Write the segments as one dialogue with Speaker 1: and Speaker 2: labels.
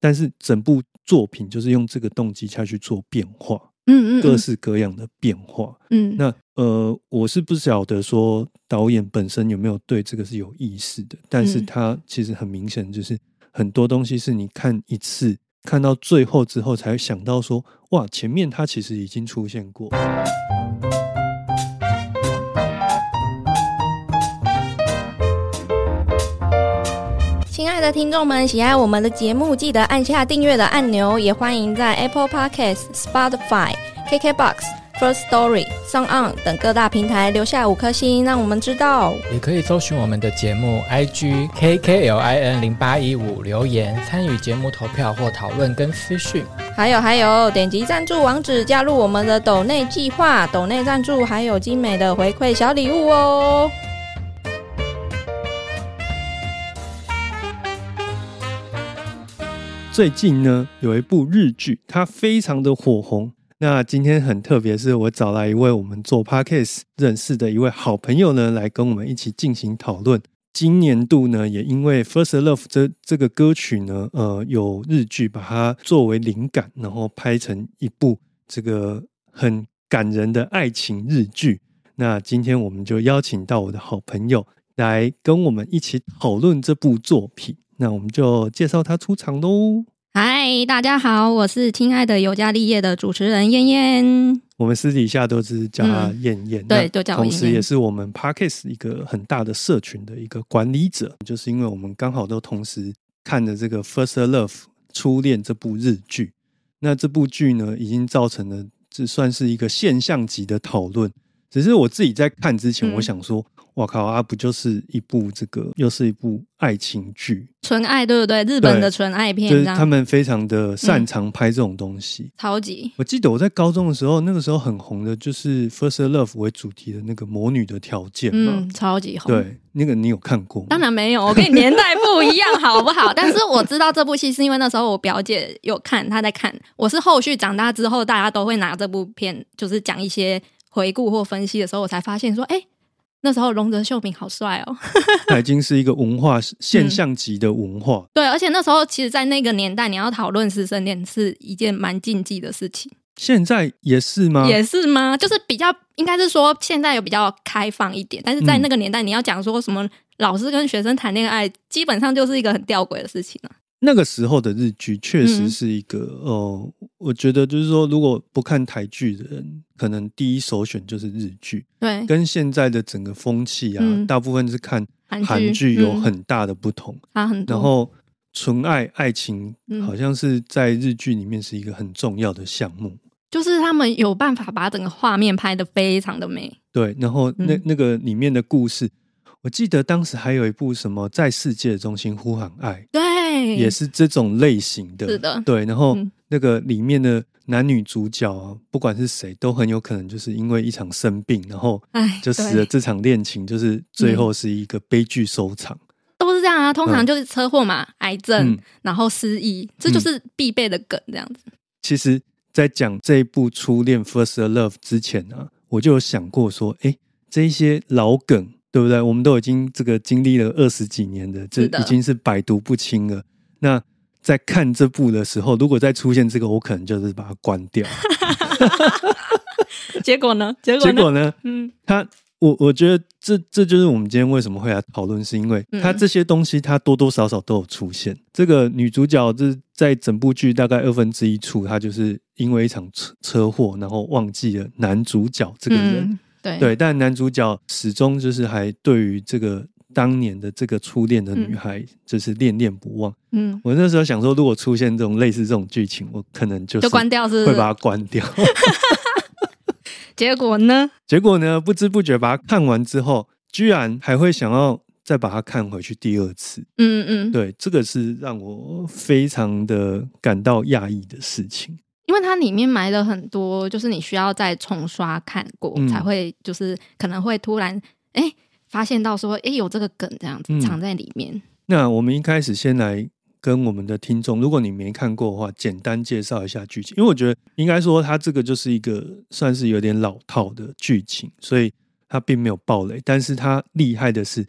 Speaker 1: 但是整部作品就是用这个动机下去做变化，
Speaker 2: 嗯嗯，
Speaker 1: 各
Speaker 2: 嗯
Speaker 1: 式各样的变化。
Speaker 2: 嗯
Speaker 1: 那呃，我是不晓得说导演本身有没有对这个是有意识的，但是
Speaker 2: 嗯
Speaker 1: 他其实很明显就是很多东西是你看一次。看到最后之后，才会想到说，哇，前面他其实已经出现过。
Speaker 2: 亲爱的听众们，喜爱我们的节目，记得按下订阅的按钮，也欢迎在 Apple Podcast、Spotify、KKBox、First Story、s o n On 等各大平台留下五颗星，让我们知道。
Speaker 3: 也可以搜寻我们的节目 IG KKLIN 零八一五留言，参与节目投票或讨论跟私讯。
Speaker 2: 还有还有，点击赞助网址加入我们的抖内计划，抖内赞助还有精美的回馈小礼物哦。
Speaker 1: 最近呢，有一部日剧，它非常的火红。那今天很特别，是我找来一位我们做 podcast 认识的一位好朋友呢，来跟我们一起进行讨论。今年度呢，也因为《First Love 这》这个歌曲呢，呃，有日剧把它作为灵感，然后拍成一部这个很感人的爱情日剧。那今天我们就邀请到我的好朋友来跟我们一起讨论这部作品。那我们就介绍他出场喽。
Speaker 2: 嗨，大家好，我是亲爱的尤加利叶的主持人燕燕。
Speaker 1: 我们私底下都是叫她
Speaker 2: 嗯
Speaker 1: 燕燕，
Speaker 2: 对
Speaker 1: 那
Speaker 2: 都叫我
Speaker 1: 同
Speaker 2: 燕
Speaker 1: 时
Speaker 2: 燕
Speaker 1: 也是我们 Parkes 一个很大的社群的一个管理者，就是因为我们刚好都同时看着这个《First Love》初恋这部日剧，那这部剧呢已经造成了这算是一个现象级的讨论。只是我自己在看之
Speaker 2: 嗯
Speaker 1: 前，我想说，哇靠啊，不就是一部这个又是一部爱情剧，
Speaker 2: 纯爱对不对？日本的纯爱片，
Speaker 1: 就是
Speaker 2: 这样
Speaker 1: 他们非常的
Speaker 4: 嗯
Speaker 1: 擅长拍这种东西。
Speaker 2: 超级
Speaker 1: 我记得我在高中的时候，那个时候很红的就是《First Love》为主题的那个《魔女的条件》嘛
Speaker 2: 嗯，，超级红。
Speaker 1: 对，那个你有看过吗？
Speaker 4: 当然没有，我跟你年代不一样，好不好？ 但是我知道这部戏是因为那时候我表姐有看，她在看。我是后续长大之后，大家都会拿这部片，就是讲一些回顾或分析的时候，我才发现说，哎、那时候龙泽秀明好帅哦。
Speaker 1: 它已经是一个文
Speaker 4: 嗯
Speaker 1: 化现象级的文化。
Speaker 4: 对，而且那时候其实，在那个年代，你要讨论师生恋是一件蛮禁忌的事情，
Speaker 1: 现在也是吗？
Speaker 4: 也是吗？就是比较，应该是说现在有比较开放一点，但是在那个年代，你要讲说什么老师跟学生谈恋爱，基本上就是一个很吊诡的事情了、啊
Speaker 1: 那个时候的日剧确实
Speaker 4: 嗯
Speaker 1: 是一个，哦、我觉得就是说，如果不看台剧的人，可能第一首选就是日剧，
Speaker 4: 对，
Speaker 1: 跟现在的整个风气啊，
Speaker 4: 嗯
Speaker 1: 大部分是看
Speaker 4: 韩
Speaker 1: 韩剧
Speaker 4: 剧
Speaker 1: 有
Speaker 4: 嗯
Speaker 1: 很大的不同。
Speaker 4: 差很多。
Speaker 1: 然后纯爱爱情
Speaker 4: 嗯
Speaker 1: 好像是在日剧里面是一个很重要的项目。
Speaker 4: 就是他们有办法把整个画面拍的非常的美，
Speaker 1: 对，然后那、
Speaker 4: 嗯
Speaker 1: 那个里面的故事，我记得当时还有一部什么《在世界中心呼喊爱
Speaker 4: 对》，
Speaker 1: 也是这种类型的。
Speaker 4: 是的
Speaker 1: 对，然后
Speaker 4: 嗯
Speaker 1: 那个里面的男女主角、啊，不管是谁，都很有可能就是因为一场生病，然后
Speaker 4: 哎，
Speaker 1: 就
Speaker 4: 对嗯
Speaker 1: 使得这场恋情就是最后是一个悲剧收场。
Speaker 4: 都是这样啊。通常就是车祸嘛、癌症，
Speaker 1: 嗯
Speaker 4: 然后失忆，这就是必备的梗，这样子。
Speaker 1: 其实，在讲这一部《初恋 First Love》之前啊，我就有想过说，哎，这一些老梗，对不对？我们都已经这个经历了二十几年的，这
Speaker 4: 是的
Speaker 1: 已经是百毒不侵了。那在看这部的时候，如果再出现这个，我可能就是把它关掉。
Speaker 4: 结果呢？结果
Speaker 1: 结
Speaker 4: 呢？
Speaker 1: 果呢，
Speaker 4: 嗯，
Speaker 1: 它我我觉得这这就是我们今天为什么会来讨论，是因为
Speaker 4: 嗯
Speaker 1: 它这些东西它多多少少都有出现。这个女主角这在整部剧大概二分之一处，她就是因为一场车车祸，然后忘记了男主角这个人。
Speaker 4: 嗯，对，
Speaker 1: 对，但男主角始终就是还对于这个当年的这个初恋的女孩，就是恋恋不忘。
Speaker 4: 嗯，
Speaker 1: 我那时候想说，如果出现这种类似这种剧情，我可能就是
Speaker 4: 就关掉是不
Speaker 1: 会
Speaker 4: 是？
Speaker 1: 把它关 掉。
Speaker 4: 结果呢？
Speaker 1: 结果呢，不知不觉把它看完之后，居然还会想要再把它看回去第二次。
Speaker 4: 嗯嗯，
Speaker 1: 对，这个是让我非常的感到讶异的事情。
Speaker 4: 因为它里面埋了很多，就是你需要再重刷看过、
Speaker 1: 嗯
Speaker 4: 才会，就是可能会突然哎、发现到说哎、有这个梗这样子
Speaker 1: 嗯
Speaker 4: 藏在里面。
Speaker 1: 那我们一开始先来跟我们的听众，如果你没看过的话，简单介绍一下剧情，因为我觉得应该说它这个就是一个算是有点老套的剧情，所以它并没有暴雷，但是它厉害的是。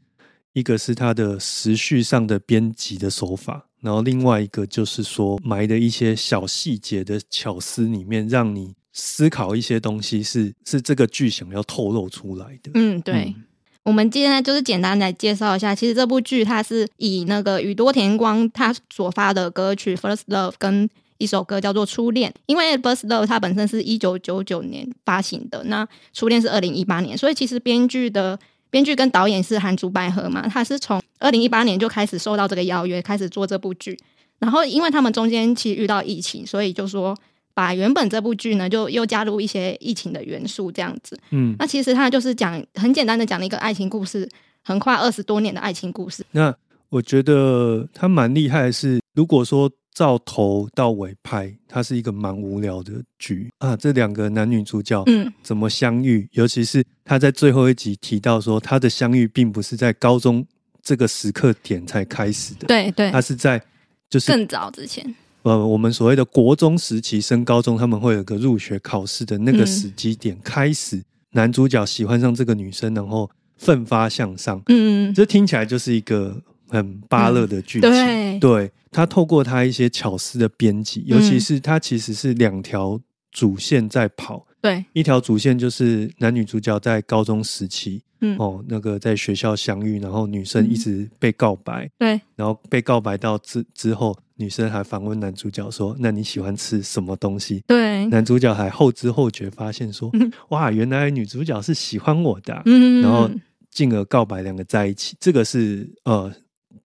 Speaker 1: 一个是它的时序上的编辑的手法，然后另外一个就是说埋的一些小细节的巧思里面，让你思考一些东西是是这个剧想要透露出来的。
Speaker 4: 嗯，对。我们今天就是简单来介绍一下，其实这部剧它是以那个宇多田光他所发的歌曲《First Love》跟一首歌叫做《初恋》，因为《First Love》它本身是一九九九年发行的，那《初恋》是二零一八年，所以其实编剧的编剧跟导演是韩竹百合嘛，他是从二零一八年就开始受到这个邀约，开始做这部剧。然后因为他们中间其实遇到疫情，所以就说把原本这部剧呢就又加入一些疫情的元素这样子。
Speaker 1: 嗯，
Speaker 4: 那其实它就是讲很简单的讲了一个爱情故事，横跨二十多年的爱情故事。
Speaker 1: 那我觉得他蛮厉害的是，如果说照头到尾拍，它是一个蛮无聊的剧啊。这两个男女主角
Speaker 4: 嗯，
Speaker 1: 怎么相遇，尤其是他在最后一集提到说，他的相遇并不是在高中这个时刻点才开始的，
Speaker 4: 对对
Speaker 1: 他，是在就是
Speaker 4: 更早之前，
Speaker 1: 呃，我们所谓的国中时期升高中，他们会有个入学考试的那个
Speaker 4: 嗯
Speaker 1: 时机点开始，男主角喜欢上这个女生，然后奋发向上。
Speaker 4: 嗯，
Speaker 1: 这听起来就是一个很巴乐的剧情。
Speaker 4: 对
Speaker 1: 对他透过他一些巧思的编辑，尤其
Speaker 4: 嗯
Speaker 1: 是他其实是两条主线在跑，
Speaker 4: 对，
Speaker 1: 一条主线就是男女主角在高中时期
Speaker 4: 嗯，
Speaker 1: 哦，那个在学校相遇，然后女生一直被告白，
Speaker 4: 对，
Speaker 1: 然后被告白到之之后，女生还反问男主角说：“那你喜欢吃什么东西？”
Speaker 4: 对，
Speaker 1: 男主角还后知后觉发现说：“哇，原来女主角是喜欢我的啊、
Speaker 4: 嗯，
Speaker 1: 然后进而告白两个在一起。这个是呃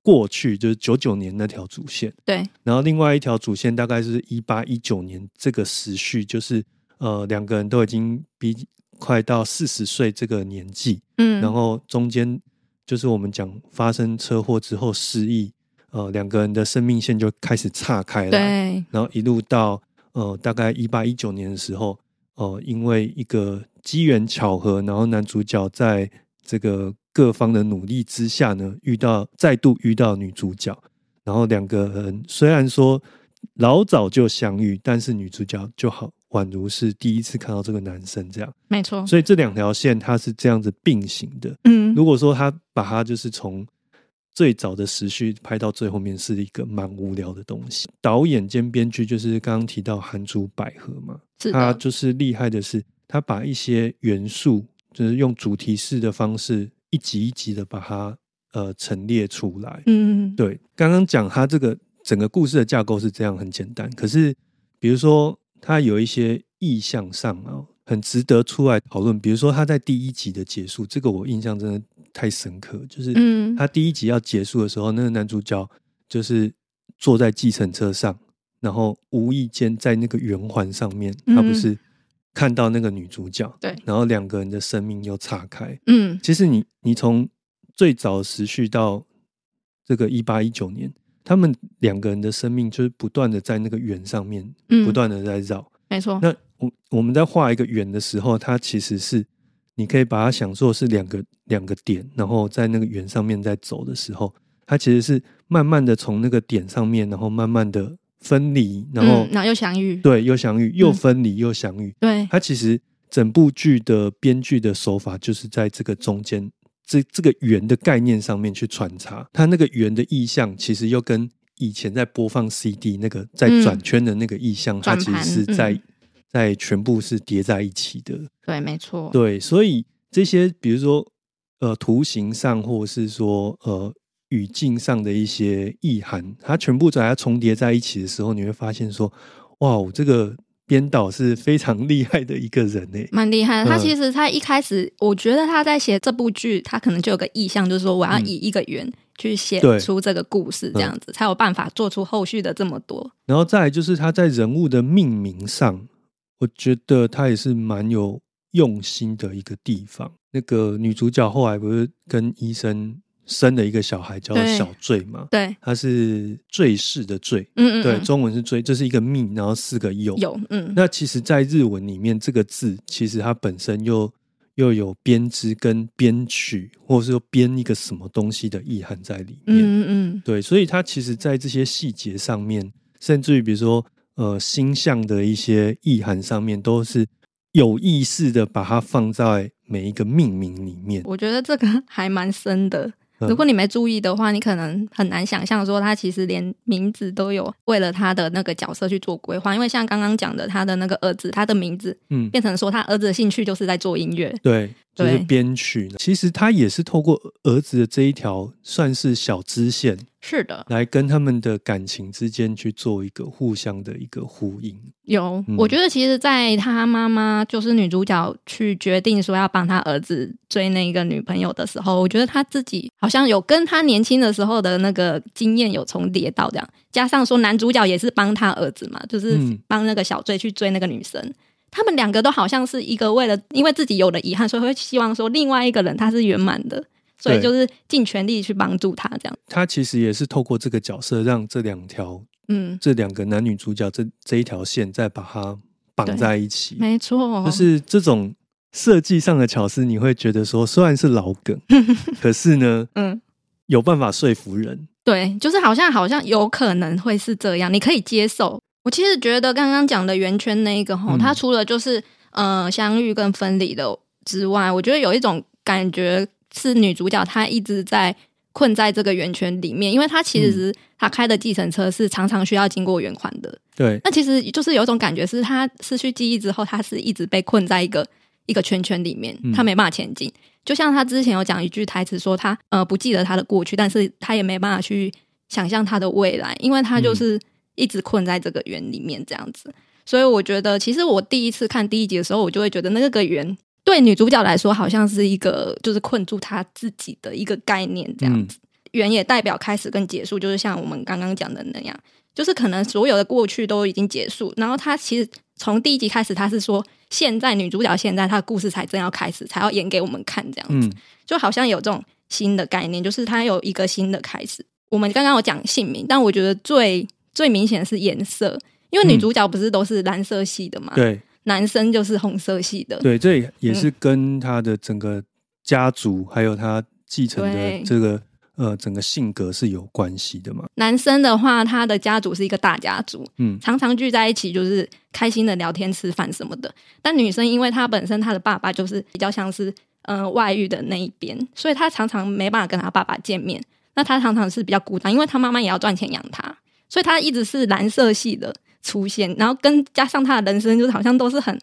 Speaker 1: 过去就是九九年那条主线，
Speaker 4: 对，
Speaker 1: 然后另外一条主线大概是一八一九年这个时序，就是呃两个人都已经比快到四十岁这个年纪，
Speaker 4: 嗯，
Speaker 1: 然后中间就是我们讲发生车祸之后失忆，呃，两个人的生命线就开始岔开来，
Speaker 4: 对，
Speaker 1: 然后一路到呃大概一八一九年的时候，呃，因为一个机缘巧合，然后男主角在这个各方的努力之下呢，遇到再度遇到女主角，然后两个人虽然说老早就相遇，但是女主角就好宛如是第一次看到这个男生这样，
Speaker 4: 没错，
Speaker 1: 所以这两条线它是这样子并行的。
Speaker 4: 嗯，
Speaker 1: 如果说他把它就是从最早的时序拍到最后面，是一个蛮无聊的东西。导演兼编剧就是刚刚提到韩珠百合嘛，
Speaker 4: 是
Speaker 1: 他
Speaker 4: 的，
Speaker 1: 就是厉害的是，他把一些元素就是用主题式的方式，一集一集的把它呃陈列出来。
Speaker 4: 嗯，
Speaker 1: 对，刚刚讲他这个整个故事的架构是这样，很简单。可是比如说，他有一些意向上啊，很值得出来讨论。比如说，他在第一集的结束，这个我印象真的太深刻，就是
Speaker 4: 嗯，
Speaker 1: 他第一集要结束的时候，那个男主角就是坐在计程车上，然后无意间在那个圆环上面，他不
Speaker 4: 嗯
Speaker 1: 是看到那个女主角，
Speaker 4: 对
Speaker 1: 然后两个人的生命又岔开，
Speaker 4: 嗯，
Speaker 1: 其实你你从最早时序到这个一八一九年，他们两个人的生命就是不断的在那个圆上面，
Speaker 4: 嗯哦
Speaker 1: 不断的在绕。
Speaker 4: 没错，
Speaker 1: 那我我们在画一个圆的时候，它其实是你可以把它想作是两个两个点，然后在那个圆上面在走的时候，它其实是慢慢的从那个点上面，然后慢慢的分离，然后、
Speaker 4: 嗯，然后又相遇，
Speaker 1: 对又相遇，又
Speaker 4: 嗯
Speaker 1: 分离、又相遇，
Speaker 4: 对，
Speaker 1: 它其实整部剧的编剧的手法就是在这个中间这这个圆的概念上面去穿插，它那个圆的意象其实又跟以前在播放 CD 那个在
Speaker 4: 嗯
Speaker 1: 转圈的那个意象，它
Speaker 4: 转
Speaker 1: 其
Speaker 4: 盘
Speaker 1: 实是在、
Speaker 4: 嗯
Speaker 1: 在全部是叠在一起的。
Speaker 4: 对，没错，
Speaker 1: 对，所以这些比如说呃图形上，或是说呃语境上的一些意涵，它全部在它重叠在一起的时候，你会发现说，哇，我这个编导是非常 厉害的一个人呢。
Speaker 4: 蛮厉害的。他
Speaker 1: 嗯
Speaker 4: 其实他一开始，我觉得他在写这部剧，他可能就有个意向，就是说我要
Speaker 1: 嗯
Speaker 4: 以一个圆去写
Speaker 1: 对嗯
Speaker 4: 出这个故事，这样子、才有办法做出后续的这么多。
Speaker 1: 然后再来就是他在人物的命名上，我觉得他也是蛮有用心的一个地方。那个女主角后来不是跟医生生了一个小孩叫
Speaker 4: 对
Speaker 1: 小坠嘛？
Speaker 4: 对，
Speaker 1: 她是坠饰的坠，
Speaker 4: 嗯嗯，
Speaker 1: 对，
Speaker 4: 嗯
Speaker 1: 中文是追，这是一个命，然后四个有。
Speaker 4: 有，嗯，
Speaker 1: 那其实，在日文里面，这个字其实它本身又又有编织跟编曲，或者是说编一个什么东西的意涵在里面。
Speaker 4: 嗯嗯嗯，
Speaker 1: 对，所以它其实，在这些细节上面，甚至于比如说呃星象的一些意涵上面，都是有意识的把它放在每一个命名里面。
Speaker 4: 我觉得这个还蛮深的。
Speaker 1: 嗯
Speaker 4: 如果你没注意的话，你可能很难想象说他其实连名字都有为了他的那个角色去做规划。因为像刚刚讲的，他的那个儿子，他的名字
Speaker 1: 嗯，
Speaker 4: 变成说他儿子的兴趣就是在做音乐。
Speaker 1: 对，就是
Speaker 4: 对
Speaker 1: 编曲。其实他也是透过儿子的这一条算是小支线，
Speaker 4: 是的，
Speaker 1: 来跟他们的感情之间去做一个互相的一个呼应。
Speaker 4: 有，
Speaker 1: 嗯
Speaker 4: 我觉得其实，在他妈妈就是女主角去决定说要帮他儿子追那个女朋友的时候，我觉得他自己好像有跟他年轻的时候的那个经验有重叠到这样，加上说男主角也是帮他儿子嘛，就是
Speaker 1: 嗯
Speaker 4: 帮那个小醉去追那个女生。他们两个都好像是一个为了，因为自己有了遗憾，所以会希望说另外一个人他是圆满的，所以
Speaker 1: 对
Speaker 4: 就是尽全力去帮助他这样。
Speaker 1: 他其实也是透过这个角色，让这两条、
Speaker 4: 嗯，
Speaker 1: 这两个男女主角这这一条线再把它绑
Speaker 4: 对
Speaker 1: 在一起。
Speaker 4: 没错，
Speaker 1: 就是这种设计上的巧思，你会觉得说，虽然是老梗， 可是呢，
Speaker 4: 嗯，
Speaker 1: 有办法说服人。
Speaker 4: 对，就是好像好像有可能会是这样，你可以接受。我其实觉得刚刚讲的圆圈那一个吼，
Speaker 1: 嗯
Speaker 4: 它除了就是呃相遇跟分离的之外，我觉得有一种感觉是女主角她一直在困在这个圆圈里面，因为她其实她开的计程车是常常需要经过圆环的。
Speaker 1: 对，
Speaker 4: 那其实就是有一种感觉是她失去记忆之后，她是一直被困在一个一个圈圈里面
Speaker 1: 嗯，
Speaker 4: 她没办法前进。就像他之前有讲一句台词说他呃不记得他的过去，但是他也没办法去想象他的未来，因为他就是一直困在这个圆里面这样子。所以我觉得，其实我第一次看第一集的时候，我就会觉得那个圆对女主角来说好像是一个就是困住她自己的一个概念
Speaker 1: 嗯
Speaker 4: 这样子。圆也代表开始跟结束，就是像我们刚刚讲的那样，就是可能所有的过去都已经结束，然后他其实从第一集开始，他是说现在女主角现在她的故事才正要开始，才要演给我们看这样子。
Speaker 1: 嗯，
Speaker 4: 就好像有这种新的概念，就是它有一个新的开始。我们刚刚有讲姓名，但我觉得最最明显的是颜色，因为女主角不是都是蓝色系的嘛，
Speaker 1: 嗯对
Speaker 4: 男生就是红色系的，
Speaker 1: 对，这也也是跟他的整个家族，还有他继承的
Speaker 4: 对
Speaker 1: 这个呃整个性格是有关系的嘛。
Speaker 4: 男生的话，他的家族是一个大家族，
Speaker 1: 嗯
Speaker 4: 常常聚在一起，就是开心的聊天、吃饭什么的。但女生因为她本身她的爸爸就是比较像是嗯、呃外遇的那一边，所以她常常没办法跟她爸爸见面。那她常常是比较孤单，因为她妈妈也要赚钱养她，所以她一直是蓝色系的出现。然后跟加上她的人生就是好像都是很。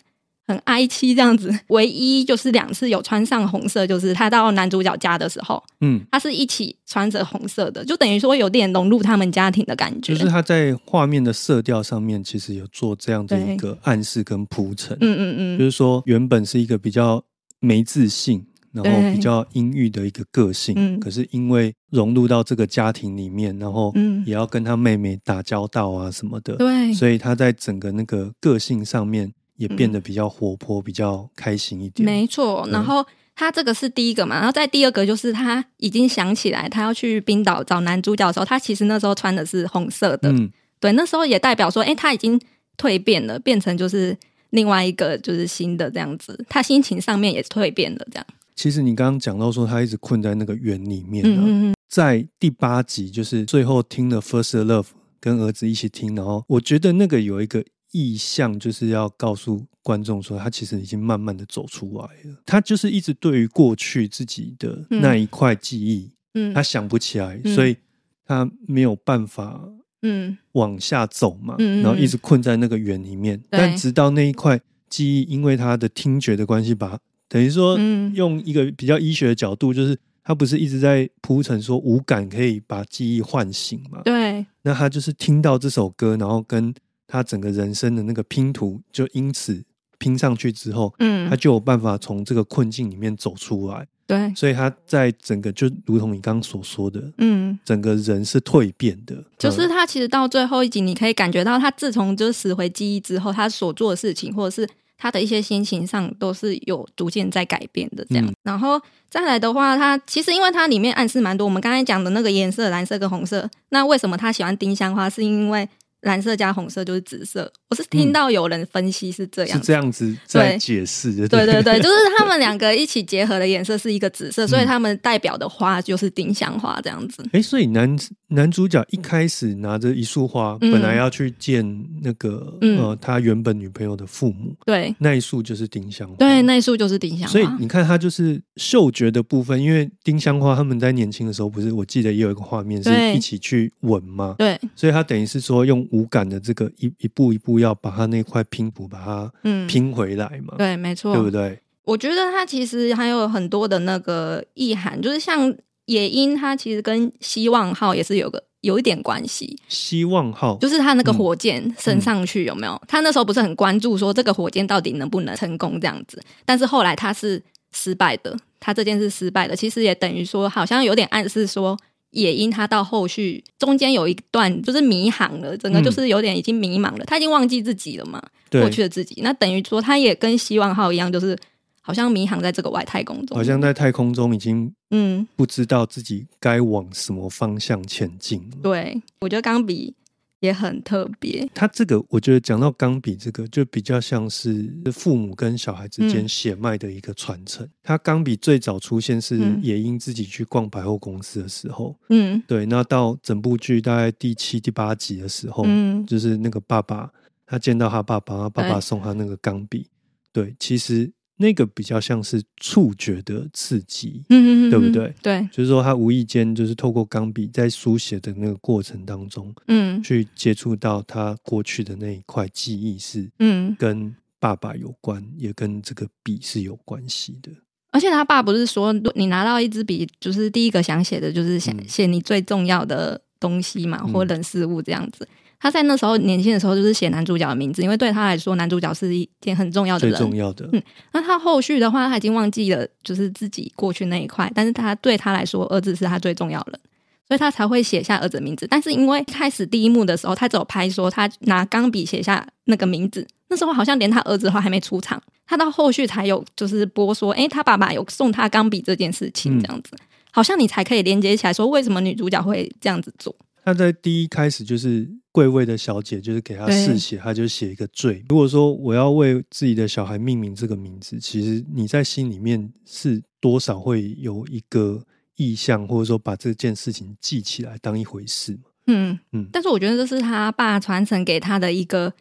Speaker 4: 很哀戚这样子，唯一就是两次有穿上红色，就是她到男主角家的时候，
Speaker 1: 嗯，
Speaker 4: 他是一起穿着红色的，就等于说有点融入他们家庭的感
Speaker 1: 就
Speaker 4: 觉。
Speaker 1: 是他在画面的色调上面，其实有做这样的
Speaker 4: 对
Speaker 1: 一个暗示跟铺陈。
Speaker 4: 嗯嗯
Speaker 1: 就
Speaker 4: 嗯
Speaker 1: 是说原本是一个比较没自信，然后
Speaker 4: 对
Speaker 1: 比较阴郁的一个个性，
Speaker 4: 嗯
Speaker 1: 可是因为融入到这个家庭里面，然后
Speaker 4: 嗯
Speaker 1: 也要跟他妹妹打交道啊什么的，
Speaker 4: 对
Speaker 1: 所以他在整个那个个性上面也变得比较活泼，比较开心一点。
Speaker 4: 没错。
Speaker 1: 嗯
Speaker 4: 然后他这个是第一个嘛，然后再第二个就是他已经想起来他要去冰岛找男主角的时候，他其实那时候穿的是红色的，
Speaker 1: 嗯，
Speaker 4: 对，那时候也代表说，哎、他已经蜕变了，变成就是另外一个就是新的这样子，他心情上面也蜕变了，这样。
Speaker 1: 其实你刚刚讲到说他一直困在那个园里面、啊，
Speaker 4: 嗯嗯嗯，
Speaker 1: 在第八集，就是最后听了《First Love》，跟儿子一起听，然后我觉得那个有一个意向，就是要告诉观众说，他其实已经慢慢的走出来了。他就是一直对于过去自己的那一块记忆，
Speaker 4: 嗯
Speaker 1: 他想不起来，
Speaker 4: 嗯
Speaker 1: 所以他没有办法
Speaker 4: 嗯
Speaker 1: 往下走嘛，
Speaker 4: 嗯嗯嗯
Speaker 1: 然后一直困在那个圆里面。
Speaker 4: 对
Speaker 1: 但直到那一块记忆，因为他的听觉的关系，把等于说
Speaker 4: 嗯
Speaker 1: 用一个比较医学的角度，就是他不是一直在铺陈说五感可以把记忆唤醒嘛？
Speaker 4: 对，
Speaker 1: 那他就是听到这首歌，然后跟他整个人生的那个拼图，就因此拼上去之后，
Speaker 4: 嗯
Speaker 1: 他就有办法从这个困境里面走出来。
Speaker 4: 对，
Speaker 1: 所以他在整个就如同你刚刚所说的，
Speaker 4: 嗯。
Speaker 1: 整个人是蜕变的，
Speaker 4: 就是
Speaker 1: 嗯
Speaker 4: 他其实到最后一集，你可以感觉到他自从就是拾回记忆之后，他所做的事情或者是他的一些心情上都是有逐渐在改变的这样。
Speaker 1: 嗯
Speaker 4: 然后再来的话，他其实因为它里面暗示蛮多，我们刚才讲的那个颜色蓝色跟红色，那为什么他喜欢丁香花？是因为蓝色加红色就是紫色。我是听到有人分析是这样
Speaker 1: 是
Speaker 4: 子。
Speaker 1: 这样子在
Speaker 4: 对
Speaker 1: 解释的，
Speaker 4: 对对对，就是他们两个一起结合的颜色是一个紫色，所以
Speaker 1: 嗯
Speaker 4: 他们代表的花就是丁香花这样子。
Speaker 1: 哎，所以男男主角一开始拿着一束花，
Speaker 4: 嗯
Speaker 1: 本来要去见那个、
Speaker 4: 嗯
Speaker 1: 呃他原本女朋友的父母，
Speaker 4: 对
Speaker 1: 那一束就是丁香花。
Speaker 4: 对，那一啊束就是丁香花，
Speaker 1: 嗯所以你看，他就是嗅觉的部分，因为丁香花他们在年轻的时候，不是我记得也有一个画面是
Speaker 4: 对
Speaker 1: 一起去闻嘛，
Speaker 4: 对，
Speaker 1: 所以他等于是说用无感的这个一一步一步要把他那块拼图把它
Speaker 4: 嗯，
Speaker 1: 拼回来嘛，
Speaker 4: 对，没错，
Speaker 1: 对不对？
Speaker 4: 我觉得它其实还有很多的那个意涵，就是像野樱，它其实跟希望号也是有个有一点关系，
Speaker 1: 希望号
Speaker 4: 就是它那个火箭
Speaker 1: 嗯
Speaker 4: 升上去有没有？他那时候不是很关注说这个火箭到底能不能成功这样子，但是后来他是失败的，他这件事失败的，其实也等于说好像有点暗示说。野樱他到后续中间有一段就是迷航了，整个
Speaker 1: 嗯
Speaker 4: 就是有点已经迷茫了，他已经忘记自己了嘛，过
Speaker 1: 对，
Speaker 4: 去的自己。那等于说，他也跟希望号一样，就是好像迷航在这个外太空中，
Speaker 1: 好像在太空中已经
Speaker 4: 嗯，
Speaker 1: 不知道自己该往什么方向前进了。
Speaker 4: 对，我觉得钢笔也很特别，
Speaker 1: 他这个，我觉得讲到钢笔这个，就比较像是父母跟小孩之间
Speaker 4: 嗯
Speaker 1: 血脉的一个传承。他钢笔最早出现是
Speaker 4: 嗯
Speaker 1: 也因自己去逛百货公司的时候，
Speaker 4: 嗯
Speaker 1: 对，那到整部剧大概第七、第八集的时候，
Speaker 4: 嗯，
Speaker 1: 就是那个爸爸，他见到他爸爸，他爸爸
Speaker 4: 对
Speaker 1: 送他那个钢笔，对，其实那个比较像是触觉的刺激，
Speaker 4: 嗯嗯，嗯
Speaker 1: 对不对？
Speaker 4: 对，
Speaker 1: 就是说他无意间就是透过钢笔在书写的那个过程当中，
Speaker 4: 嗯
Speaker 1: 去接触到他过去的那一块记忆是
Speaker 4: 嗯，
Speaker 1: 跟爸爸有关，也跟这个笔是有关系的。
Speaker 4: 而且他爸不是说，你拿到一支笔，就是第一个想写的就是想
Speaker 1: 嗯
Speaker 4: 写你最重要的东西嘛，
Speaker 1: 嗯
Speaker 4: 或人事物这样子。他在那时候年轻的时候，就是写男主角的名字，因为对他来说，男主角是一件很重要的
Speaker 1: 最
Speaker 4: 人
Speaker 1: 重，要的，
Speaker 4: 嗯那他后续的话，他已经忘记了，就是自己过去那一块，但是他对他来说，儿子是他最重要的人，所以他才会写下儿子的名字。但是因为开始第一幕的时候，他只有拍说他拿钢笔写下那个名字，那时候好像连他儿子都还没出场，他到后续才有就是播说，诶，他爸爸有送他钢笔这件事情，
Speaker 1: 嗯
Speaker 4: 这样子，好像你才可以连接起来，说为什么女主角会这样子做。
Speaker 1: 他在第一开始就是呃贵位的小姐，就是给他
Speaker 4: 对
Speaker 1: 试写，他就写一个罪。如果说我要为自己的小孩命名这个名字，其实你在心里面是多少会有一个意向，或者说把这件事情记起来当一回事嘛。
Speaker 4: 嗯
Speaker 1: 嗯，
Speaker 4: 但是我觉得这是他爸传承给他的一个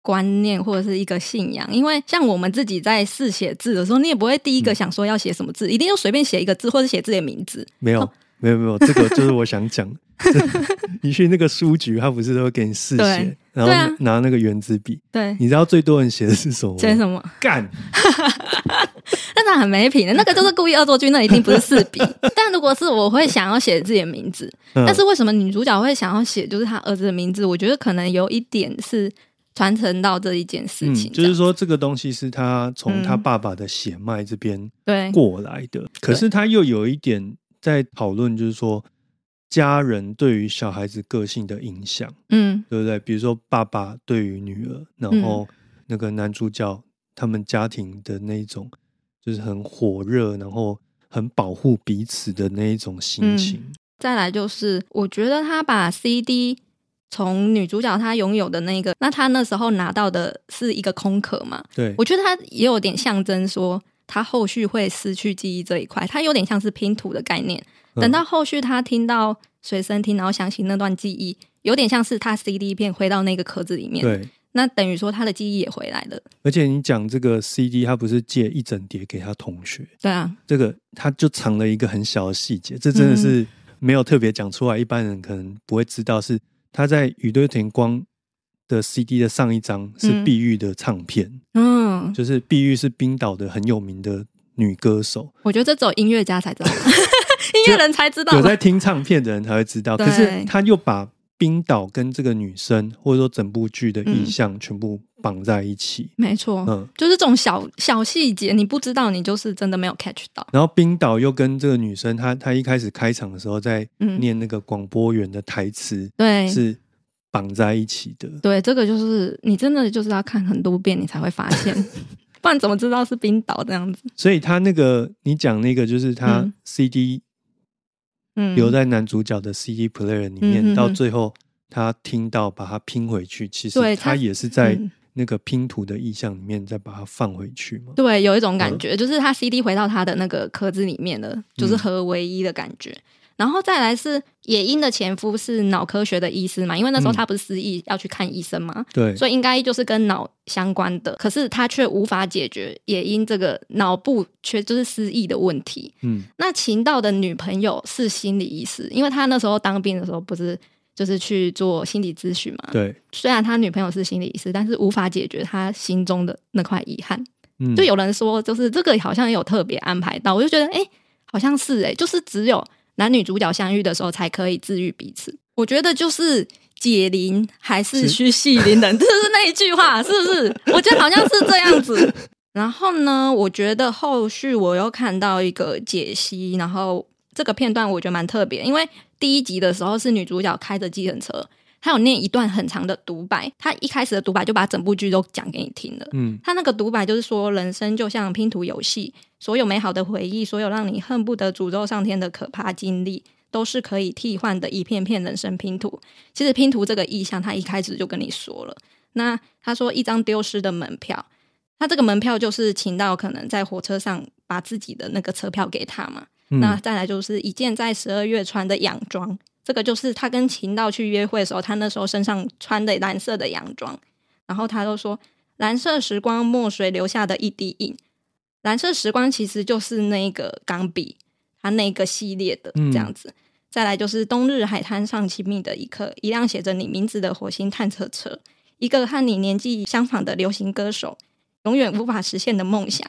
Speaker 4: 观念或者是一个信仰，因为像我们自己在试写字的时候，你也不会第一
Speaker 1: 嗯
Speaker 4: 个想说要写什么字，一定就随便写一个字或者写自己的名字。
Speaker 1: 没有，没有，没有，这个就是我想讲 的。你去那个书局，他不是都会给你试写
Speaker 4: 对，
Speaker 1: 然后
Speaker 4: 对啊
Speaker 1: 拿那个圆珠笔。
Speaker 4: 对，
Speaker 1: 你知道最多人写的是什么吗？
Speaker 4: 写什么？
Speaker 1: 干，
Speaker 4: 但是很没品的，那个就是故意恶作剧，那一定不是四 笔。但如果是我会想要写自己的名字，
Speaker 1: 嗯
Speaker 4: 但是为什么女主角会想要写就是她儿子的名字？我觉得可能有一点是传承到这一件事情
Speaker 1: 嗯，就
Speaker 4: 这样、
Speaker 1: 是说这个东西是他从他
Speaker 4: 嗯
Speaker 1: 爸爸的血脉这边
Speaker 4: 对，
Speaker 1: 过来的，可是他又有一点在讨论，就是说家人对于小孩子个性的影响，
Speaker 4: 嗯
Speaker 1: 对不对？比如说爸爸对于女儿，然后那个男主角他们家庭的那一种，就是很火热，然后很保护彼此的那一种
Speaker 4: 嗯
Speaker 1: 心情。
Speaker 4: 再来就是，我觉得他把 CD 从女主角她拥有的那个，那她那时候拿到的是一个空壳嘛，
Speaker 1: 对，
Speaker 4: 我觉得他也有点象征说他后续会失去记忆这一块，他有点像是拼图的概念。
Speaker 1: 嗯
Speaker 4: 等到后续他听到随身听，然后想起那段记忆，有点像是他 CD 片回到那个壳子里面，
Speaker 1: 对。
Speaker 4: 那等于说他的记忆也回来了。
Speaker 1: 而且你讲这个 CD，他不是借一整叠给他同学，
Speaker 4: 对啊，
Speaker 1: 这个他就藏了一个很小的细节，这
Speaker 4: 嗯
Speaker 1: 真的是没有特别讲出来，一般人可能不会知道是他在宇多田光的 CD 的上一张是
Speaker 4: 嗯
Speaker 1: 碧玉的唱片，
Speaker 4: 嗯，
Speaker 1: 就是碧玉是冰岛的很有名的女歌手，
Speaker 4: 我觉得这只有音乐家才 知道，音乐人才知道吧。
Speaker 1: 有在听唱片的人才会知道。
Speaker 4: 对
Speaker 1: 可是他又把冰岛跟这个女生，或者说整部剧的
Speaker 4: 嗯
Speaker 1: 意象全部绑在一起。
Speaker 4: 没错，
Speaker 1: 嗯
Speaker 4: 就是这种小小细节，你不知道，你就是真的没有 catch 到。
Speaker 1: 然后冰岛又跟这个女生，她她一开始开场的时候在
Speaker 4: 嗯
Speaker 1: 念那个广播员的台词，
Speaker 4: 对，
Speaker 1: 是绑在一起的。
Speaker 4: 对，这个就是你真的就是要看很多遍，你才会发 现，不然怎么知道是冰岛这样子？
Speaker 1: 所以他那个你讲那个，就是他
Speaker 4: 嗯
Speaker 1: CD
Speaker 4: 嗯，
Speaker 1: 留在男主角的 CD player 里面，
Speaker 4: 嗯嗯嗯
Speaker 1: 到最后他听到把它拼回去，其实
Speaker 4: 对
Speaker 1: 他
Speaker 4: 他
Speaker 1: 也是在
Speaker 4: 嗯
Speaker 1: 那个拼图的意象里面再把它放回去嘛。
Speaker 4: 对，
Speaker 1: 嗯
Speaker 4: 有一种感觉，就是他 CD 回到他的那个壳子里面了，就是合为一的感觉。然后再来是野樱的前夫是脑科学的医师嘛，因为那时候他不是失忆要去看医生嘛，
Speaker 1: 嗯对，
Speaker 4: 所以应该就是跟脑相关的。可是他却无法解决野樱这个脑部缺就是失忆的问题。
Speaker 1: 嗯
Speaker 4: 那秦道的女朋友是心理医师，因为他那时候当兵的时候不是就是去做心理咨询嘛。
Speaker 1: 对，
Speaker 4: 虽然他女朋友是心理医师，但是无法解决他心中的那块遗憾。
Speaker 1: 嗯，
Speaker 4: 就有人说，就是这个好像有特别安排到，我就觉得哎、诶好像是哎、诶就是只有男女主角相遇的时候才可以治愈彼此。我觉得就是。解铃还是
Speaker 1: 是
Speaker 4: 须系铃 人，这是那一句话，是不是？我觉得好像是这样子。然后呢，我觉得后续我又看到一个解析，然后这个片段我觉得蛮特别，因为第一集的时候是女主角开着计程车，她有念一段很长的独白，她一开始的独白就把整部剧都讲给你听了。
Speaker 1: 嗯
Speaker 4: 他那个独白就是说，人生就像拼图游戏，所有美好的回忆，所有让你恨不得诅咒上天的可怕经历，都是可以替换的一片片人生拼图。其实拼图这个意象，他一开始就跟你说了。那他说一张丢失的门票，他这个门票就是秦道可能在火车上把自己的那个车票给他嘛。
Speaker 1: 嗯
Speaker 4: 那再来就是一件在十二月穿的洋装，这个就是他跟秦道去约会的时候，他那时候身上穿的蓝色的洋装。然后他都说，蓝色时光墨水留下的一滴印，蓝色时光其实就是那个钢笔，它那个系列的
Speaker 1: 嗯
Speaker 4: 这样子。再来就是冬日海滩上亲密的一刻，一辆写着你名字的火星探测车，一个和你年纪相仿的流行歌手，永远无法实现的梦想。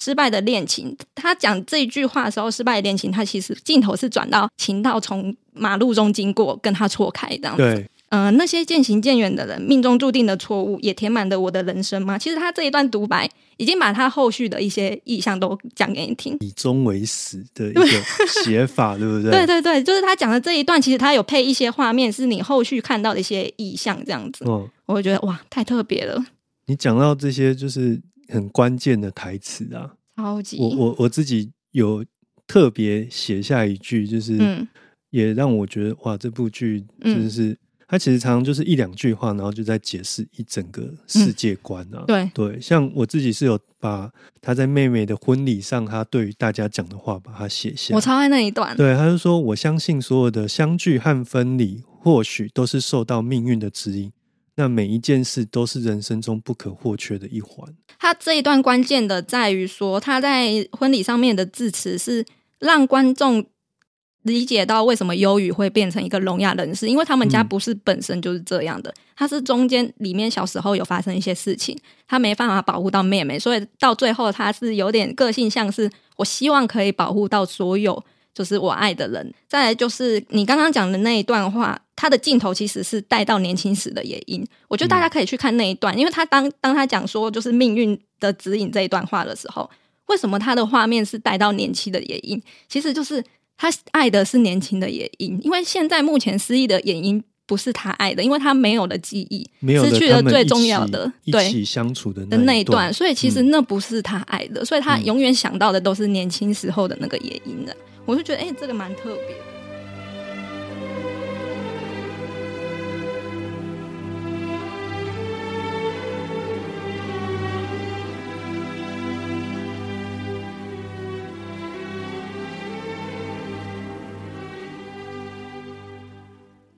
Speaker 4: 失败的恋情，他讲这句话的时候，失败的恋情，他其实镜头是转到秦道从马路中经过，跟他错开这样子。
Speaker 1: 对，
Speaker 4: 呃，那些渐行渐远的人，命中注定的错误，也填满了我的人生吗？其实他这一段独白已经把他后续的一些意象都讲给你听。
Speaker 1: 以终为始的一个写法，对不对？
Speaker 4: 对对对，就是他讲的这一段，其实他有配一些画面，是你后续看到的一些意象，这样子，
Speaker 1: 嗯，
Speaker 4: 我就觉得哇，太特别了，
Speaker 1: 你讲到这些就是很关键的台词啊，
Speaker 4: 超级，
Speaker 1: 我我我自己有特别写下一句，就是、
Speaker 4: 嗯
Speaker 1: 也让我觉得哇，这部剧真的是、它其实常常就是一两句话，然后就在解释一整个
Speaker 4: 嗯
Speaker 1: 世界观啊。
Speaker 4: 对
Speaker 1: 对，像我自己是有把他在妹妹的婚礼上，他对于大家讲的话，把它写下
Speaker 4: 我。超爱那一段，
Speaker 1: 对，他就说：“我相信所有的相聚和分离，或许都是受到命运的指引。那每一件事都是人生中不可或缺的一环。
Speaker 4: 他这一段关键的在于说，他在婚礼上面的致辞是让观众理解到为什么忧郁会变成一个聋哑人士，因为他们家
Speaker 1: 嗯
Speaker 4: 不是本身就是这样的，他是中间里面小时候有发生一些事情，他没办法保护到妹妹，所以到最后他是有点个性像是我希望可以保护到所有就是我爱的人。再来就是你刚刚讲的那一段话，他的镜头其实是带到年轻时的野樱，我觉得
Speaker 1: 嗯
Speaker 4: 大家可以去看那一段，因为他当当他讲说就是命运的指引这一段话的时候，为什么他的画面是带到年轻的野樱？其实就是他爱的是年轻的野樱，因为现在目前失忆的野樱。不是他爱的，因为他没有了记忆，
Speaker 1: 没有了
Speaker 4: 失去了
Speaker 1: 他们
Speaker 4: 最
Speaker 1: 一
Speaker 4: 重要
Speaker 1: 起
Speaker 4: 的
Speaker 1: 一
Speaker 4: 对
Speaker 1: 起相处的
Speaker 4: 的那
Speaker 1: 一
Speaker 4: 一段，所以其实
Speaker 1: 嗯
Speaker 4: 那不是他爱的，所以他永远想到的都是年轻时候的那个野樱的。我就觉得，哎、这个蛮特别的。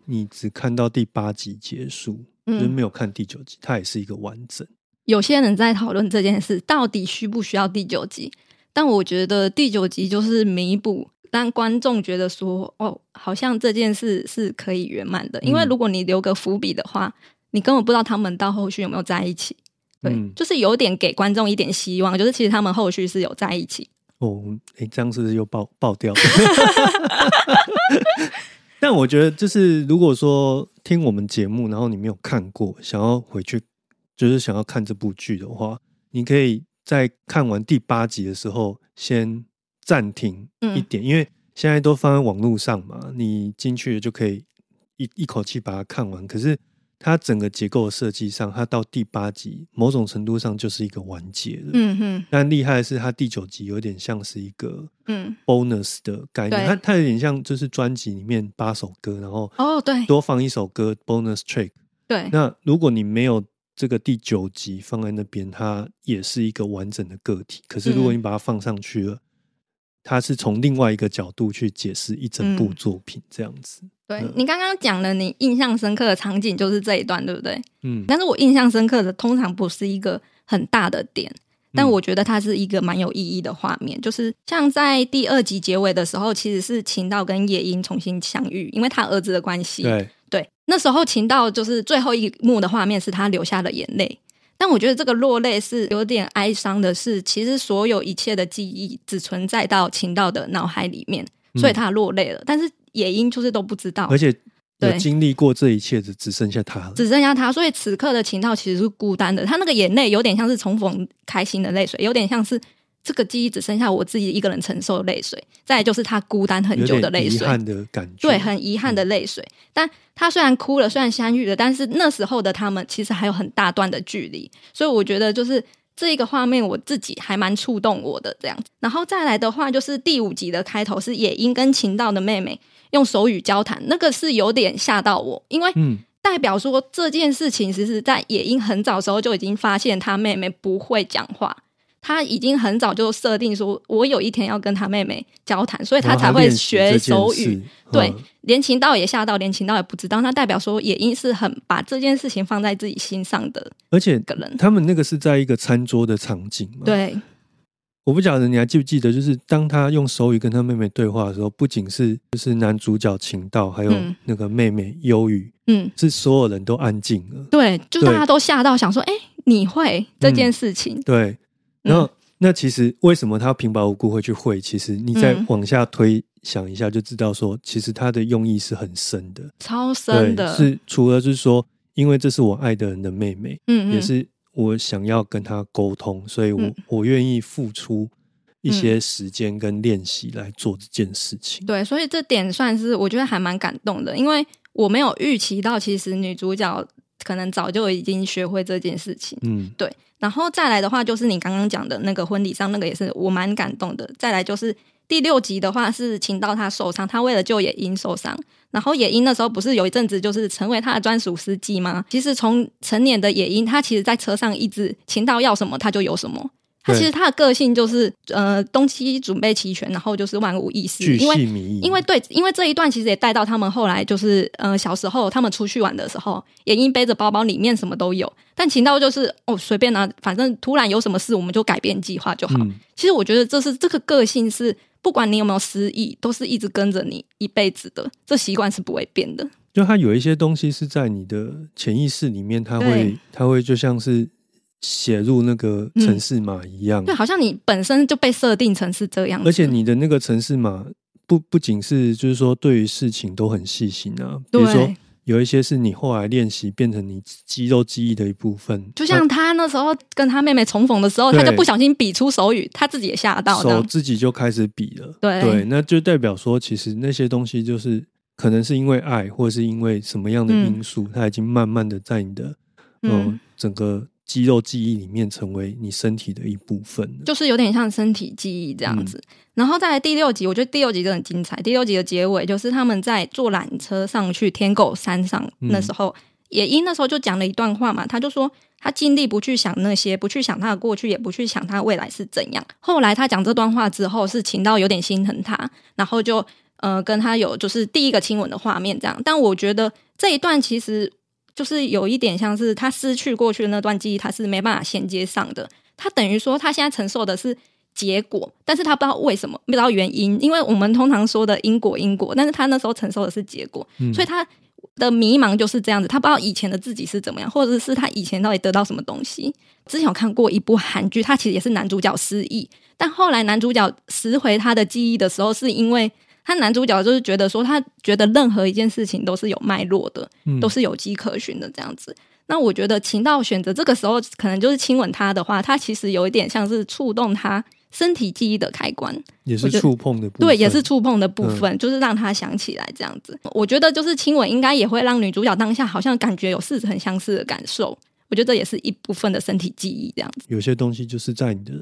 Speaker 1: 你只看到第八集结束，就是
Speaker 4: 嗯，
Speaker 1: 没有看第九集，它也是一个完整。
Speaker 4: 有些人在讨论这件事到底需不需要第九集，但我觉得第九集就是弥补让观众觉得说，哦，好像这件事是可以圆满的，因为
Speaker 1: 嗯
Speaker 4: 如果你留个伏笔的话，你根本不知道他们到后续有没有在一起。对，
Speaker 1: 嗯
Speaker 4: 就是有点给观众一点希望，就是其实他们后续是有在一起。
Speaker 1: 哦，哎，这样是不是又爆爆掉了？ 但我觉得，就是如果说听我们节目，然后你没有看过，想要回去，就是想要看这部剧的话，你可以在看完第八集的时候先暂停
Speaker 4: 嗯
Speaker 1: 一点，因为现在都放在网络上嘛，你进去就可以一一口气把它看完。可是它整个结构的设计上，它到第八集某种程度上就是一个完结了。
Speaker 4: 嗯哼，
Speaker 1: 但厉害的是，它第九集有点像是一个
Speaker 4: 嗯，
Speaker 1: bonus 的概念，
Speaker 4: 对
Speaker 1: 它它有点像就是专辑里面八首歌，然后
Speaker 4: 哦，对
Speaker 1: 多放一首歌 bonus track。
Speaker 4: 对，
Speaker 1: 那如果你没有这个第九集放在那边，它也是一个完整的个体。可是如果
Speaker 4: 嗯
Speaker 1: 你把它放上去了，他是从另外一个角度去解释一整部作品这样子。
Speaker 4: 对
Speaker 1: 嗯
Speaker 4: 你刚刚讲的，你印象深刻的场景就是这一段，对不对？
Speaker 1: 嗯，
Speaker 4: 但是我印象深刻的通常不是一个很大的点，
Speaker 1: 嗯
Speaker 4: 但我觉得它是一个蛮有意义的画面。就是像在第二集结尾的时候，其实是秦道跟夜莺重新相遇，因为他儿子的关系。
Speaker 1: 对，
Speaker 4: 对，那时候秦道就是最后一幕的画面是他流下了眼泪，但我觉得这个落泪是有点哀伤的是，其实所有一切的记忆只存在到秦道的脑海里面，所以他落泪了。但是野樱就是都不知道
Speaker 1: 嗯而，且有
Speaker 4: 对
Speaker 1: 经历过这一切的只剩下他了。
Speaker 4: 只剩下他，所以此刻的秦道其实是孤单的。他那个眼泪有点像是重逢开心的泪水，有点像是这个记忆只剩下我自己一个人承受的泪水。再来就是他孤单很
Speaker 1: 有
Speaker 4: 久的
Speaker 1: 点
Speaker 4: 泪
Speaker 1: 遗
Speaker 4: 水，
Speaker 1: 憾的感觉，
Speaker 4: 对，很遗憾的泪水。但他虽然哭了，虽然相遇了，但是那时候的他们其实还有很大段的距离，所以我觉得就是这一个画面，我自己还蛮触动我的这样。然后再来的话，就是第五集的开头是野樱跟秦道的妹妹用手语交谈，那个是有点吓到我，因为
Speaker 1: 嗯，
Speaker 4: 代表说这件事情，其实在野樱很早时候就已经发现他妹妹不会讲话。他已经很早就设定说，我有一天要跟他妹妹交谈，所以他
Speaker 1: 然后
Speaker 4: 才会
Speaker 1: 练习
Speaker 4: 学
Speaker 1: 这件
Speaker 4: 手语。
Speaker 1: 事，
Speaker 4: 对
Speaker 1: 嗯，
Speaker 4: 连秦道也吓到，连秦道也不知道，那代表说野樱是很把这件事情放在自己心上的
Speaker 1: 而且
Speaker 4: 一个人。
Speaker 1: 他们那个是在一个餐桌的场景嘛，
Speaker 4: 对，
Speaker 1: 我不晓得你还记不记得，就是当他用手语跟他妹妹对话的时候，不仅是就是男主角秦道，还有
Speaker 4: 嗯
Speaker 1: 那个妹妹忧郁，
Speaker 4: 嗯，
Speaker 1: 是所有人都安静了。
Speaker 4: 对，就是
Speaker 1: 对嗯
Speaker 4: 大家都吓到，想说，哎、你会这件事情？
Speaker 1: 对，
Speaker 4: 嗯
Speaker 1: 然后、那其实为什么他平白无故会去会？其实你再
Speaker 4: 嗯
Speaker 1: 往下推想一下，就知道说，其实他的用意是很深的。
Speaker 4: 超深的，
Speaker 1: 对，是除了就是说，因为这是我爱的人的妹妹，
Speaker 4: 嗯，嗯
Speaker 1: 也是我想要跟她沟通，所以我、
Speaker 4: 嗯
Speaker 1: 我愿意付出一些时间跟练习来做这件事情。
Speaker 4: 对，所以这点算是我觉得还蛮感动的，因为我没有预期到，其实女主角可能早就已经学会这件事情。
Speaker 1: 嗯，
Speaker 4: 对，然后再来的话，就是你刚刚讲的那个婚礼上那个也是我蛮感动的。再来就是第六集的话是秦道他受伤，他为了救野樱受伤，然后野樱那时候不是有一阵子就是成为他的专属司机吗？其实从成年的野樱，他其实在车上一直秦道要什么他就有什么。他其实
Speaker 1: 对
Speaker 4: 他的个性就是呃东西准备齐全，然后就是万无一失，
Speaker 1: 巨细
Speaker 4: 因为
Speaker 1: 靡遗，
Speaker 4: 因为对，因为这一段其实也带到他们后来就是呃小时候他们出去玩的时候，也因背着包包里面什么都有，但秦道就是哦随便拿、反正突然有什么事我们就改变计划就好。
Speaker 1: 嗯，
Speaker 4: 其实我觉得这是这个个性是不管你有没有失忆，都是一直跟着你一辈子的，这习惯是不会变的。
Speaker 1: 就它有一些东西是在你的潜意识里面，它会
Speaker 4: 对
Speaker 1: 它会就像是写入那个
Speaker 4: 嗯
Speaker 1: 城市码一样，
Speaker 4: 对，好像你本身就被设定成是这样子，
Speaker 1: 而且你的那个城市码不不仅是就是说对于事情都很细心啊，比如说
Speaker 4: 对。
Speaker 1: 有一些是你后来练习变成你肌肉记忆的一部分，
Speaker 4: 就像他那时候跟他妹妹重逢的时候，他就
Speaker 1: 对
Speaker 4: 不小心比出手语，他自己也吓到
Speaker 1: 手
Speaker 4: 这样。
Speaker 1: 自己就开始比了。
Speaker 4: 对
Speaker 1: 那就代表说，其实那些东西就是可能是因为爱，或者是因为什么样的因素，它已经慢慢的在你的嗯、呃
Speaker 4: 嗯
Speaker 1: 整个肌肉记忆里面成为你身体的一部分了。
Speaker 4: 就是有点像身体记忆这样子。然后再来第六集，我觉得第六集真的很精彩。第六集的结尾就是他们在坐缆车上去天狗山上，
Speaker 1: 嗯
Speaker 4: 那时候野樱那时候就讲了一段话嘛，他就说他尽力不去想那些，不去想他的过去，也不去想他未来是怎样。后来他讲这段话之后，是秦道有点心疼他，然后就呃跟他有就是第一个亲吻的画面这样。但我觉得这一段其实。就是有一点像是他失去过去的那段记忆，他是没办法衔接上的。他等于说他现在承受的是结果，但是他不知道为什么，不知道原因，因为我们通常说的因果因果，但是他那时候承受的是结果，
Speaker 1: 嗯
Speaker 4: 所以他的迷茫就是这样子，他不知道以前的自己是怎么样，或者是他以前到底得到什么东西。之前有看过一部韩剧，它其实也是男主角失忆，但后来男主角拾回他的记忆的时候，是因为他男主角就是觉得说，他觉得任何一件事情都是有脉络的，
Speaker 1: 嗯
Speaker 4: 都是有迹可循的这样子。那我觉得秦道选择这个时候可能就是亲吻他的话，他其实有一点像是触动他身体记忆的开关，
Speaker 1: 也是
Speaker 4: 我觉得
Speaker 1: 触碰的部分，嗯
Speaker 4: 对，也是触碰的部分，就是让他想起来这样子。我觉得就是亲吻应该也会让女主角当下好像感觉有似曾相识的感受，我觉得这也是一部分的身体记忆这样子。
Speaker 1: 有些东西就是在你的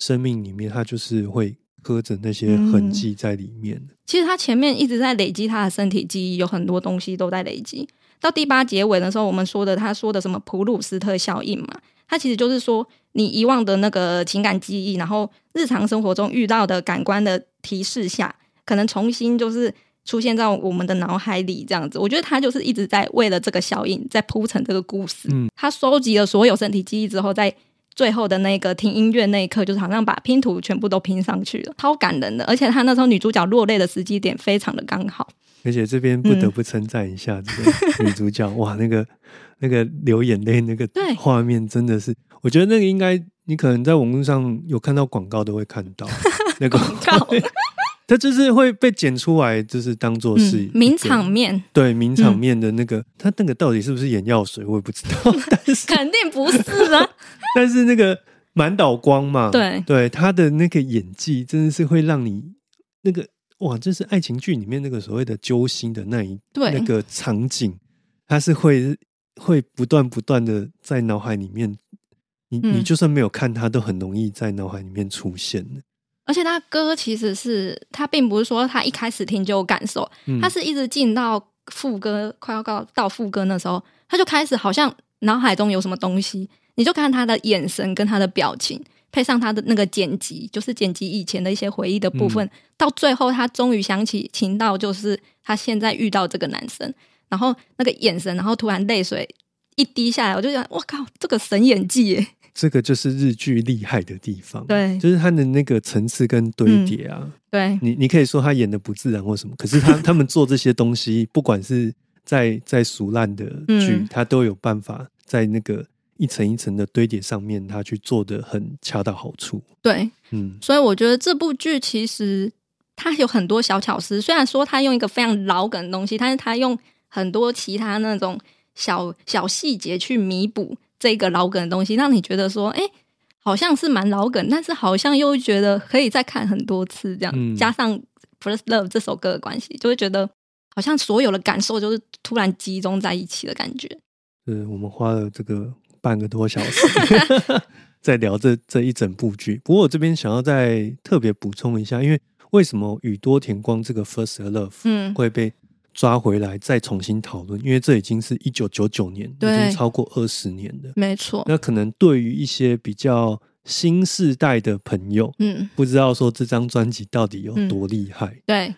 Speaker 1: 生命里面，它就是会刻着那些
Speaker 4: 嗯
Speaker 1: 痕迹在里面。
Speaker 4: 其实他前面一直在累积他的身体记忆，有很多东西都在累积。到第八结尾的时候，我们说的他说的什么普鲁斯特效应嘛，他其实就是说你遗忘的那个情感记忆，然后日常生活中遇到的感官的提示下，可能重新就是出现在我们的脑海里这样子。我觉得他就是一直在为了这个效应在铺陈这个故事。
Speaker 1: 嗯
Speaker 4: 他收集了所有身体记忆之后，在最后的那个听音乐那一刻，就是好像把拼图全部都拼上去了，超感人的。而且他那时候女主角落泪的时机点非常的刚好。
Speaker 1: 而且这边不
Speaker 4: 嗯
Speaker 1: 得不称赞一下这个女主角，哇，那个那个流眼泪那个
Speaker 4: 对
Speaker 1: 画面真的是，我觉得那个应该你可能在网络上有看到广告都会看 到那个
Speaker 4: 广告
Speaker 1: 它就是会被剪出来，就是当做是一
Speaker 4: 嗯
Speaker 1: 个、，
Speaker 4: 名场面
Speaker 1: 对名场
Speaker 4: 嗯
Speaker 1: 面的那个，它那个到底是不是眼药水我也不知 道，但是
Speaker 4: 肯定不是啊，
Speaker 1: 但是那个满岛光嘛，
Speaker 4: 对
Speaker 1: 对，他的那个演技真的是会让你那个哇，就是爱情剧里面那个所谓的揪心的那一
Speaker 4: 对
Speaker 1: 那个场景，它是会会不断不断的在脑海里面，你、你
Speaker 4: 嗯
Speaker 1: 就算没有看它，都很容易在脑海里面出现的。
Speaker 4: 而且他歌其实是他并不是说他一开始听就有感受，
Speaker 1: 嗯
Speaker 4: 他是一直进到副歌，快要到到副歌那时候，他就开始好像脑海中有什么东西，你就看他的眼神跟他的表情，配上他的那个剪辑，就是剪辑以前的一些回忆的部分，到最后他终于想起情到，就是他现在遇到这个男生，然后那个眼神，然后突然泪水一滴下来，我就想，我靠，这个神演技耶！
Speaker 1: 这个就是日剧厉害的地方，
Speaker 4: 对嗯
Speaker 1: 就是它的那个层次跟堆叠啊。
Speaker 4: 对，
Speaker 1: 你你可以说他演的不自然或什么，可是 他他们做这些东西，不管是在在俗烂的剧，
Speaker 4: 嗯
Speaker 1: 他都有办法在那个一层一层的堆叠上面，他去做的很恰到好处。
Speaker 4: 对，
Speaker 1: 嗯，
Speaker 4: 所以我觉得这部剧其实它有很多小巧思，虽然说它用一个非常老梗的东西，但是它用很多其他那种小小细节去弥补这个老梗的东西，让你觉得说，哎、好像是蛮老梗，但是好像又觉得可以再看很多次这样，
Speaker 1: 嗯
Speaker 4: 加上《First Love》这首歌的关系，就会觉得好像所有的感受就是突然集中在一起的感觉。
Speaker 1: 就是我们花了这个半个多小时 在聊这这一整部剧。不过我这边想要再特别补充一下，因为为什么宇多田光这个《First Love》
Speaker 4: 嗯
Speaker 1: 会被抓回来再重新讨论？因为这已经是一九九九年，已经
Speaker 4: 对
Speaker 1: 超过二十年了。
Speaker 4: 没错，
Speaker 1: 那可能对于一些比较新世代的朋友，
Speaker 4: 嗯，
Speaker 1: 不知道说这张专辑到底有多厉害。
Speaker 4: 对，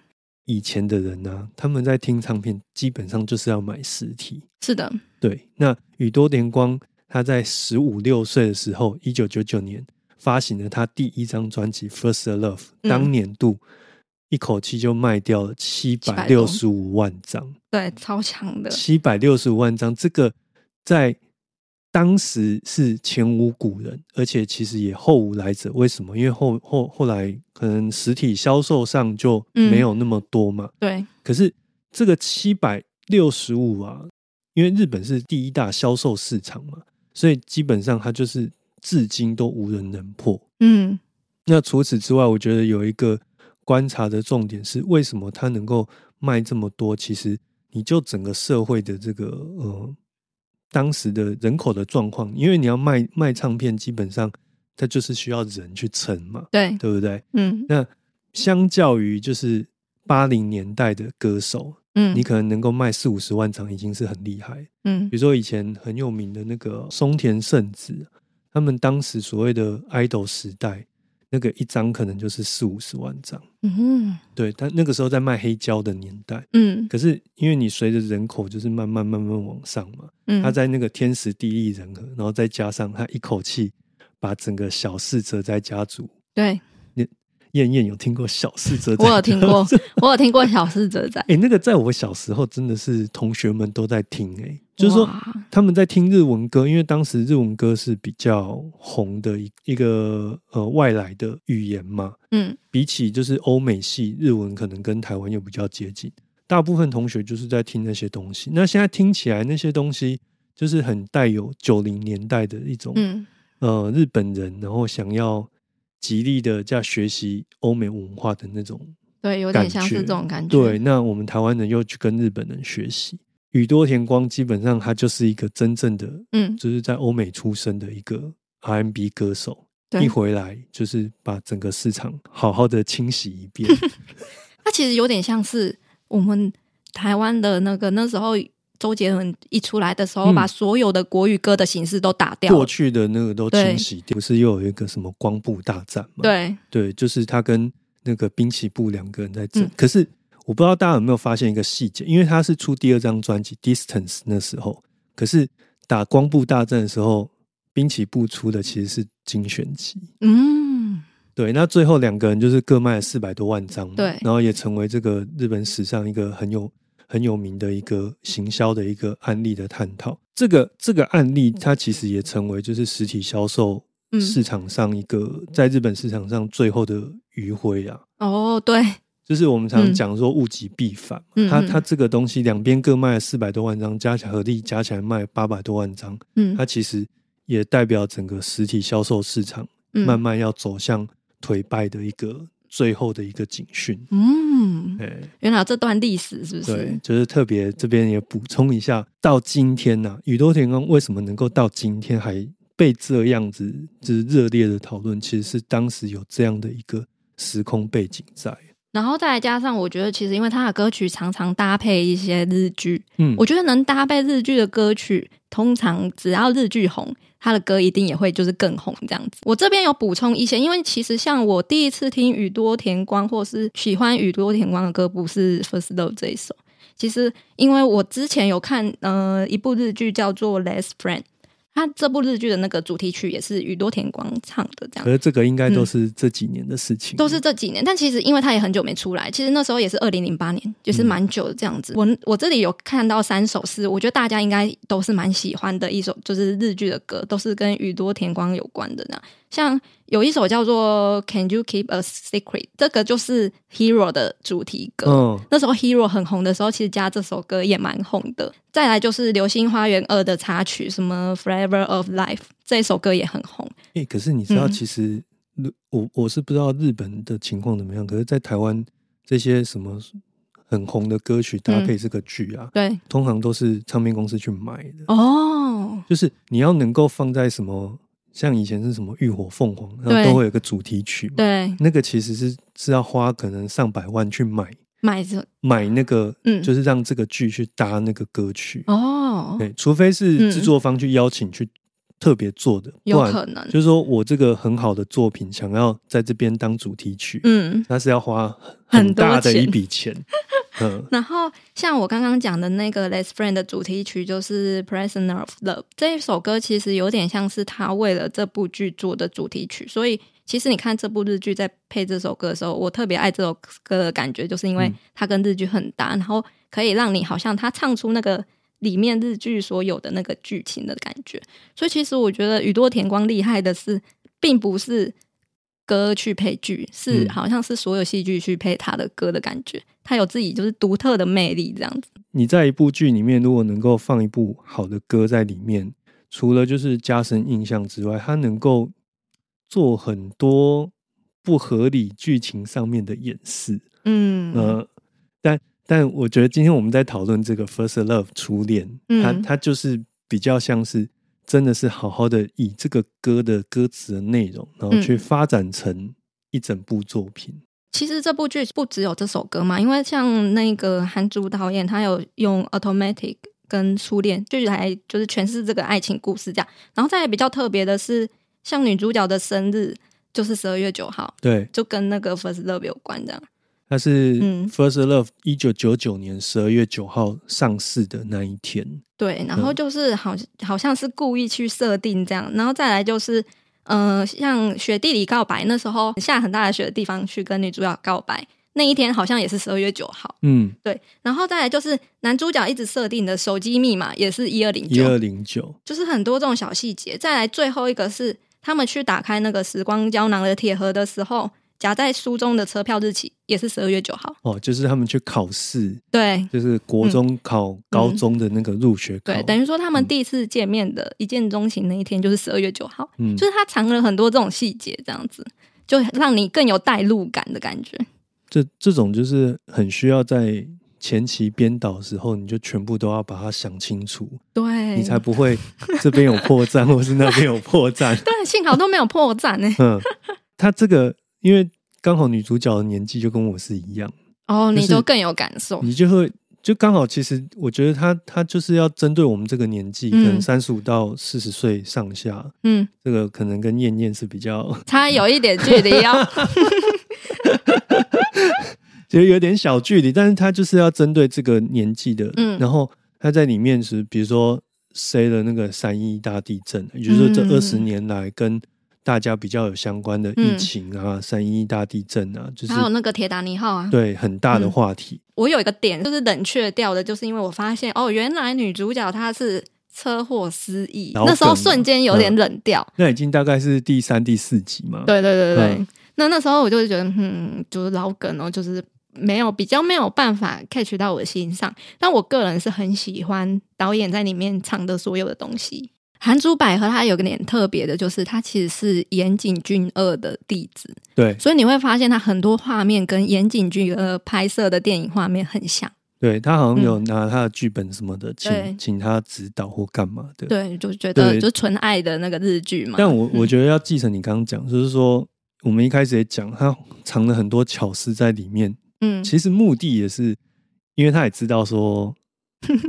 Speaker 1: 以前的人呢、啊他们在听唱片，基本上就是要买实体。
Speaker 4: 是的，
Speaker 1: 对，那宇多田光他在十五六岁的时候，一九九九年发行了他第一张专辑《First Love》，
Speaker 4: 嗯
Speaker 1: 当年度一口气就卖掉了七百六十五万张。
Speaker 4: 对，超强的，
Speaker 1: 七百六十五万张，这个在当时是前无古人，而且其实也后无来者。为什么？因为后后后来可能实体销售上就没有那么多嘛。
Speaker 4: 对，
Speaker 1: 可是这个七百六十五啊，因为日本是第一大销售市场嘛，所以基本上它就是至今都无人能破。
Speaker 4: 嗯。
Speaker 1: 那除此之外，我觉得有一个观察的重点是，为什么它能够卖这么多？其实你就整个社会的这个呃当时的人口的状况，因为你要卖卖唱片，基本上它就是需要人去撑嘛，
Speaker 4: 对，
Speaker 1: 对不对？
Speaker 4: 嗯
Speaker 1: 那相较于就是八零年代的歌手，
Speaker 4: 嗯，
Speaker 1: 你可能能够卖四五十万张，已经是很厉害。
Speaker 4: 嗯
Speaker 1: 比如说以前很有名的那个松田圣子，他们当时所谓的 idol 时代，那个一张可能就是四五十万张，
Speaker 4: 嗯
Speaker 1: 对，但那个时候在卖黑胶的年代。
Speaker 4: 嗯
Speaker 1: 可是因为你随着人口就是慢慢慢慢往上嘛，
Speaker 4: 嗯，
Speaker 1: 他在那个天时地利人和，然后再加上他一口气把整个小四哲哉家族，
Speaker 4: 对
Speaker 1: 燕燕有听过小四哲哉？
Speaker 4: 我有听 过，我有听过小四哲在，
Speaker 1: 哎、那个在我小时候真的是同学们都在听、欸， 就是说
Speaker 4: 哇
Speaker 1: 他们在听日文歌，因为当时日文歌是比较红的一一个呃外来的语言嘛，
Speaker 4: 嗯
Speaker 1: 比起就是欧美系日文，可能跟台湾又比较接近。大部分同学就是在听那些东西，那现在听起来那些东西就是很带有九零年代的一种、
Speaker 4: 嗯
Speaker 1: 呃日本人，然后想要极力的在学习欧美文化的那种
Speaker 4: 对，有点像是这种感觉，
Speaker 1: 对，那我们台湾人又去跟日本人学习。宇多田光基本上他就是一个真正的，
Speaker 4: 嗯
Speaker 1: 就是在欧美出生的一个 R&B 歌手，
Speaker 4: 对
Speaker 1: 一，回来就是把整个市场好好的清洗一 遍。
Speaker 4: 它其实有点像是我们台湾的那个那时候周杰伦一出来的时候，
Speaker 1: 嗯
Speaker 4: 把所有的国语歌的形式都打掉
Speaker 1: 过
Speaker 4: 了。
Speaker 1: 去的那个都清洗掉，不是又有一个什么光部大战吗？
Speaker 4: 对，
Speaker 1: 对，就是他跟那个滨崎步两个人在争。
Speaker 4: 嗯
Speaker 1: 可是我不知道大家有没有发现一个细节，因为他是出第二张专辑《Distance》那时候，可是打光部大战的时候，滨崎步出的其实是精选集。
Speaker 4: 嗯，
Speaker 1: 对，那最后两个人就是各卖了四百多万张嘛，
Speaker 4: 对
Speaker 1: 然后也成为这个日本史上一个很有很有名的一个行销的一个案例的探讨。这个这个案例，它其实也成为就是实体销售
Speaker 4: 嗯
Speaker 1: 市场上一个、在日本市场上最后的余晖啊。
Speaker 4: 哦，对，
Speaker 1: 就是我们常
Speaker 4: 嗯
Speaker 1: 讲说物极必反嘛，
Speaker 4: 嗯
Speaker 1: 它
Speaker 4: 嗯
Speaker 1: 它这个东西两边各卖了四百多万张，加起来合力加起来卖八百多万张，
Speaker 4: 嗯
Speaker 1: 它其实也代表整个实体销售市场
Speaker 4: 嗯
Speaker 1: 慢慢要走向颓败的一个最后的一个警讯。
Speaker 4: 嗯，
Speaker 1: 哎、
Speaker 4: 原来有这段历史是不
Speaker 1: 对
Speaker 4: 是，？
Speaker 1: 就是特别这边也补充一下，到今天呐、宇多田光为什么能够到今天还被这样子就是热烈的讨论，其实是当时有这样的一个时空背景在。
Speaker 4: 然后再来加上，我觉得其实因为他的歌曲常常搭配一些日剧，
Speaker 1: 嗯，
Speaker 4: 我觉得能搭配日剧的歌曲，通常只要日剧红，他的歌一定也会就是更红这样子。我这边有补充一些，因为其实像我第一次听宇多田光或是喜欢宇多田光的歌，不是《First Love》这一首。其实因为我之前有看呃一部日剧叫做《Last Friend》，它这部日剧的那个主题曲也是宇多田光唱的，这样
Speaker 1: 可是这个应该都
Speaker 4: 嗯
Speaker 1: 是这几年的事情，
Speaker 4: 都是这几年，但其实因为他也很久没出来，其实那时候也是二零零八年，就是蛮久的这样子。我我这里有看到三首是，我觉得大家应该都是蛮喜欢的一首，就是日剧的歌，都是跟宇多田光有关的这样。像有一首叫做《Can You Keep a Secret》，这个就是 Hero 的主题歌。
Speaker 1: 嗯
Speaker 4: 那时候 Hero 很红的时候，其实加这首歌也蛮红的。再来就是《流星花园二》的插曲，什么《Forever of Life》这一首歌也很红。
Speaker 1: 诶、可是你知道，
Speaker 4: 嗯
Speaker 1: 其实、如我我是不知道日本的情况怎么样，可是，在台湾这些什么很红的歌曲
Speaker 4: 嗯
Speaker 1: 搭配这个剧啊，
Speaker 4: 对，
Speaker 1: 通常都是唱片公司去买的，
Speaker 4: 哦，
Speaker 1: 就是你要能够放在什么，像以前是什么浴火凤凰，然后
Speaker 4: 对
Speaker 1: 都会有一个主题曲嘛，
Speaker 4: 对，
Speaker 1: 那个其实是是要花可能上百万去买
Speaker 4: 买这
Speaker 1: 买那个，
Speaker 4: 嗯
Speaker 1: 就是让这个剧去搭那个歌曲，
Speaker 4: 哦，
Speaker 1: 对，除非是
Speaker 4: 嗯
Speaker 1: 制作方去邀请去特别做的，
Speaker 4: 有
Speaker 1: 不然
Speaker 4: 可能，
Speaker 1: 就是说我这个很好的作品想要在这边当主题曲，
Speaker 4: 嗯。
Speaker 1: 那是要花
Speaker 4: 很
Speaker 1: 很大
Speaker 4: 多
Speaker 1: 的
Speaker 4: 钱
Speaker 1: 一笔钱。嗯，
Speaker 4: 然后像我刚刚讲的那个《Let's Friend》的主题曲就是《Prisoner of Love》这一首歌，其实有点像是他为了这部剧做的主题曲，所以其实你看这部日剧在配这首歌的时候，我特别爱这首歌的感觉，就是因为
Speaker 1: 嗯
Speaker 4: 它跟日剧很搭，然后可以让你好像他唱出那个里面日剧所有的那个剧情的感觉。所以其实我觉得宇多田光厉害的是，并不是歌去配剧，是
Speaker 1: 嗯
Speaker 4: 好像是所有戏剧去配他的歌的感觉，他有自己就是独特的魅力这样子。
Speaker 1: 你在一部剧里面如果能够放一部好的歌在里面，除了就是加深印象之外，它能够做很多不合理剧情上面的掩饰。
Speaker 4: 嗯
Speaker 1: 呃，但但我觉得今天我们在讨论这个 first love 初恋，它
Speaker 4: 嗯
Speaker 1: 它就是比较像是真的是好好的以这个歌的歌词的内容，然后
Speaker 4: 嗯
Speaker 1: 去发展成一整部作品。
Speaker 4: 其实这部剧不只有这首歌嘛，因为像那个韩竹导演，他有用《Automatic》跟《初恋》就来就是诠释这个爱情故事这样。然后再来比较特别的是，像女主角的生日就是十二月九号，
Speaker 1: 对，
Speaker 4: 就跟那个《First Love》有关这样。
Speaker 1: 它是
Speaker 4: 嗯
Speaker 1: first love 一九九九年十二月九号上市的那一天。
Speaker 4: 对，然后
Speaker 1: 嗯
Speaker 4: 就是好好像是故意去设定这样，然后再来就是，呃，像雪地里告白那时候下很大的雪的地方去跟女主角告白，那一天好像也是十二月九号，
Speaker 1: 嗯，
Speaker 4: 对，然后再来就是男主角一直设定的手机密码也是一二零
Speaker 1: 一
Speaker 4: 九
Speaker 1: 二，零九，
Speaker 4: 就是很多这种小细节。再来最后一个是他们去打开那个时光胶囊的铁盒的时候，夹在书中的车票日期也是十二月九号，
Speaker 1: 哦，就是他们去考试，
Speaker 4: 对，
Speaker 1: 就是国中考高中的那个入学考。
Speaker 4: 对，等于说他们
Speaker 1: 嗯
Speaker 4: 第一次见面的一见钟情那一天就是十二月九号，
Speaker 1: 嗯
Speaker 4: 就是他藏了很多这种细节，这样子就让你更有代入感的感觉。
Speaker 1: 这这种就是很需要在前期编导的时候，你就全部都要把它想清楚，
Speaker 4: 对，
Speaker 1: 你才不会这边有破 绽，或是那边有破绽。
Speaker 4: 对，幸好都没有破绽呢、
Speaker 1: 嗯，他这个因为刚好女主角的年纪就跟我是一样，
Speaker 4: 哦，
Speaker 1: 就是
Speaker 4: 你就更有感受。
Speaker 1: 你就会就刚好，其实我觉得他他就是要针对我们这个年纪，可
Speaker 4: 嗯
Speaker 1: 能三十五到四十岁上下，
Speaker 4: 嗯，
Speaker 1: 这个可能跟燕燕是比较，
Speaker 4: 差有一点距离 哦。
Speaker 1: 其实有点小距离，但是他就是要针对这个年纪的，
Speaker 4: 嗯
Speaker 1: 然后他在里面是比如说塞了那个三一大地震，也就是说这
Speaker 4: 嗯
Speaker 1: 二十年来跟大家比较有相关的疫情啊，三一大地震啊，就是
Speaker 4: 嗯还有那个铁达尼号啊，
Speaker 1: 对很大的话题，
Speaker 4: 我有一个点就是冷却掉的，就是因为我发现哦，原来女主角她是车祸失忆，
Speaker 1: 脑
Speaker 4: 那时候
Speaker 1: 梗啊
Speaker 4: 瞬间有点冷掉。
Speaker 1: 那已经大概是第三、第四集嘛，
Speaker 4: 对对对对对。
Speaker 1: 嗯
Speaker 4: 那那时候我就觉得，嗯，就是老梗哦，就是没有比较没有办法 catch 到我的心上。但我个人是很喜欢导演在里面唱的所有的东西。韩珠百合她有个点特别的，就是她其实是岩井俊二的弟子，
Speaker 1: 对
Speaker 4: 所以你会发现她很多画面跟岩井俊二拍摄的电影画面很像。
Speaker 1: 对，他好像有
Speaker 4: 嗯
Speaker 1: 拿他的剧本什么的，
Speaker 4: 对
Speaker 1: 请请他指导或干嘛的，
Speaker 4: 对，就觉得
Speaker 1: 对
Speaker 4: 就是纯爱的那个日剧嘛。
Speaker 1: 但我
Speaker 4: 嗯
Speaker 1: 我觉得要继承你刚刚讲，就是说我们一开始也讲，他藏了很多巧思在里面。
Speaker 4: 嗯，
Speaker 1: 其实目的也是，因为他也知道 说，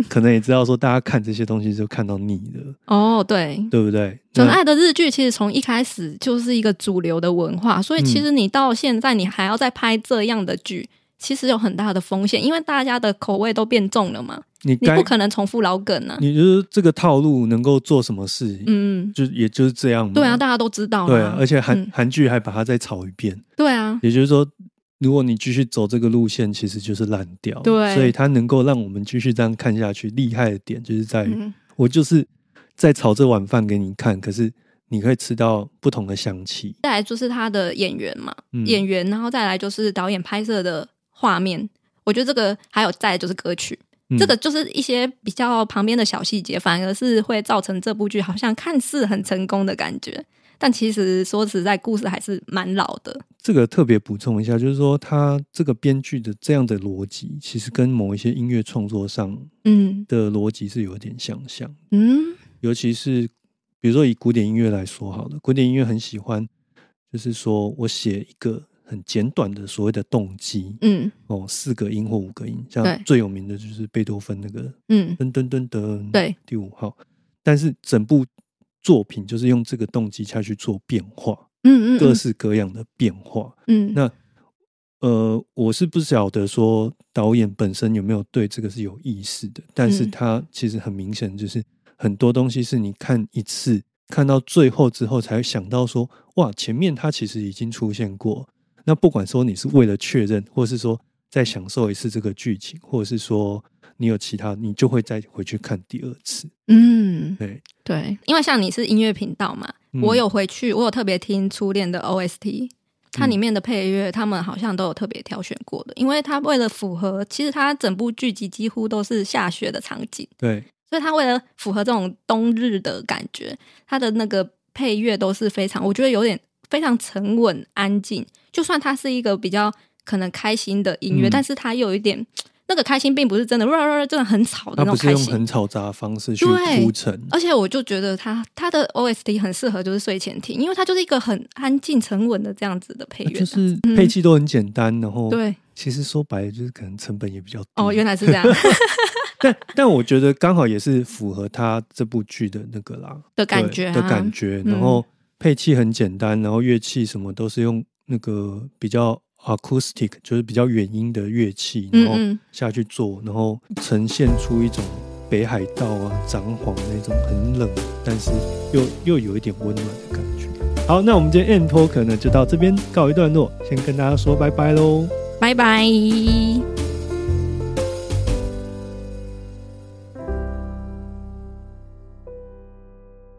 Speaker 1: 可能也知道说，大家看这些东西就看到腻了，
Speaker 4: 哦，对，
Speaker 1: 对不对？
Speaker 4: 纯
Speaker 1: 那
Speaker 4: 爱的日啊剧其实从一开始就是一个主流的文化，所以其实你到现在你还要再拍这样的剧，其实有很大的风险，因为大家的口味都变重了嘛，
Speaker 1: 你
Speaker 4: 你
Speaker 1: 该
Speaker 4: 不可能重复老梗啊。
Speaker 1: 你就是这个套路能够做什么事，
Speaker 4: 嗯，
Speaker 1: 就也就是这样嘛。
Speaker 4: 对啊，大家都知道啦。
Speaker 1: 嗯对啊，而且韩
Speaker 4: 嗯
Speaker 1: 韩剧还把它再炒一遍，
Speaker 4: 对啊，
Speaker 1: 也就是说。如果你继续走这个路线，其实就是烂掉。
Speaker 4: 对
Speaker 1: 所以它能够让我们继续这样看下去，厉害的点就是在于
Speaker 4: 嗯，
Speaker 1: 我就是在炒这碗饭给你看，可是你可以吃到不同的香气。
Speaker 4: 再来就是他的演员嘛，
Speaker 1: 嗯
Speaker 4: 演员，然后再来就是导演拍摄的画面，我觉得这个还有再来就是歌曲，
Speaker 1: 嗯
Speaker 4: 这个就是一些比较旁边的小细节，反而是会造成这部剧好像看似很成功的感觉，但其实说实在，故事还是蛮老的。
Speaker 1: 这个特别补充一下，就是说他这个编剧的这样的逻辑，其实跟某一些音乐创作上
Speaker 4: 嗯
Speaker 1: 的逻辑是有点相像，
Speaker 4: 嗯
Speaker 1: 尤其是比如说以古典音乐来说好了，古典音乐很喜欢，就是说我写一个很简短的所谓的动机，
Speaker 4: 嗯
Speaker 1: 哦，四个音或五个音，
Speaker 4: 对
Speaker 1: 像最有名的就是贝多芬那个
Speaker 4: 嗯，
Speaker 1: 噔噔噔噔，
Speaker 4: 对，
Speaker 1: 第五号。但是整部作品就是用这个动机下去做变化，
Speaker 4: 嗯嗯
Speaker 1: 各式各样的变化。
Speaker 4: 嗯
Speaker 1: 那呃，我是不晓得说导演本身有没有对这个是有意识的，但是
Speaker 4: 嗯
Speaker 1: 他其实很明显就是很多东西是你看一次。看到最后之后，才想到说，哇，前面它其实已经出现过。那不管说你是为了确认，或是说再享受一次这个剧情，或者是说你有其他，你就会再回去看第二次。
Speaker 4: 嗯
Speaker 1: 对，
Speaker 4: 对，因为像你是音乐频道嘛，
Speaker 1: 嗯
Speaker 4: 我有回去，我有特别听《初恋》的 OST，它里面的配乐，他们好像都有特别挑选过的，因为它为了符合，其实它整部剧集几乎都是下雪的场景，
Speaker 1: 对，
Speaker 4: 所以它为了符合这种冬日的感觉，它的那个配乐都是非常，我觉得有点非常沉稳安静。就算它是一个比较可能开心的音乐，
Speaker 1: 嗯
Speaker 4: 但是它又有一点那个开心，并不是真的，真的很吵的
Speaker 1: 他
Speaker 4: 那
Speaker 1: 不
Speaker 4: 种
Speaker 1: 是
Speaker 4: 开
Speaker 1: 用
Speaker 4: 心。
Speaker 1: 很吵杂的方式去
Speaker 4: 对
Speaker 1: 铺陈。
Speaker 4: 而且我就觉得它它的 OST 很适合就是睡前听，因为它就是一个很安静沉稳的这样子的配乐。
Speaker 1: 啊
Speaker 4: 啊
Speaker 1: 就是配器都很简单，然后
Speaker 4: 嗯对，
Speaker 1: 其实说白了就是可能成本也比较低。
Speaker 4: 哦，原来是这 样
Speaker 1: 但但我觉得刚好也是符合他这部剧的那个啦
Speaker 4: 的感
Speaker 1: 对
Speaker 4: 觉啊，
Speaker 1: 的感觉。
Speaker 4: 嗯
Speaker 1: 然后配器很简单，然后乐器什么都是用那个比较 acoustic，就是比较远音的乐器，然后
Speaker 4: 嗯嗯
Speaker 1: 下去做，然后呈现出一种北海道啊、札幌那种很冷，但是又又有一点温暖的感觉。好，那我们今天 N Talk 呢就到这边告一段落，先跟大家说拜拜喽。
Speaker 4: 拜拜。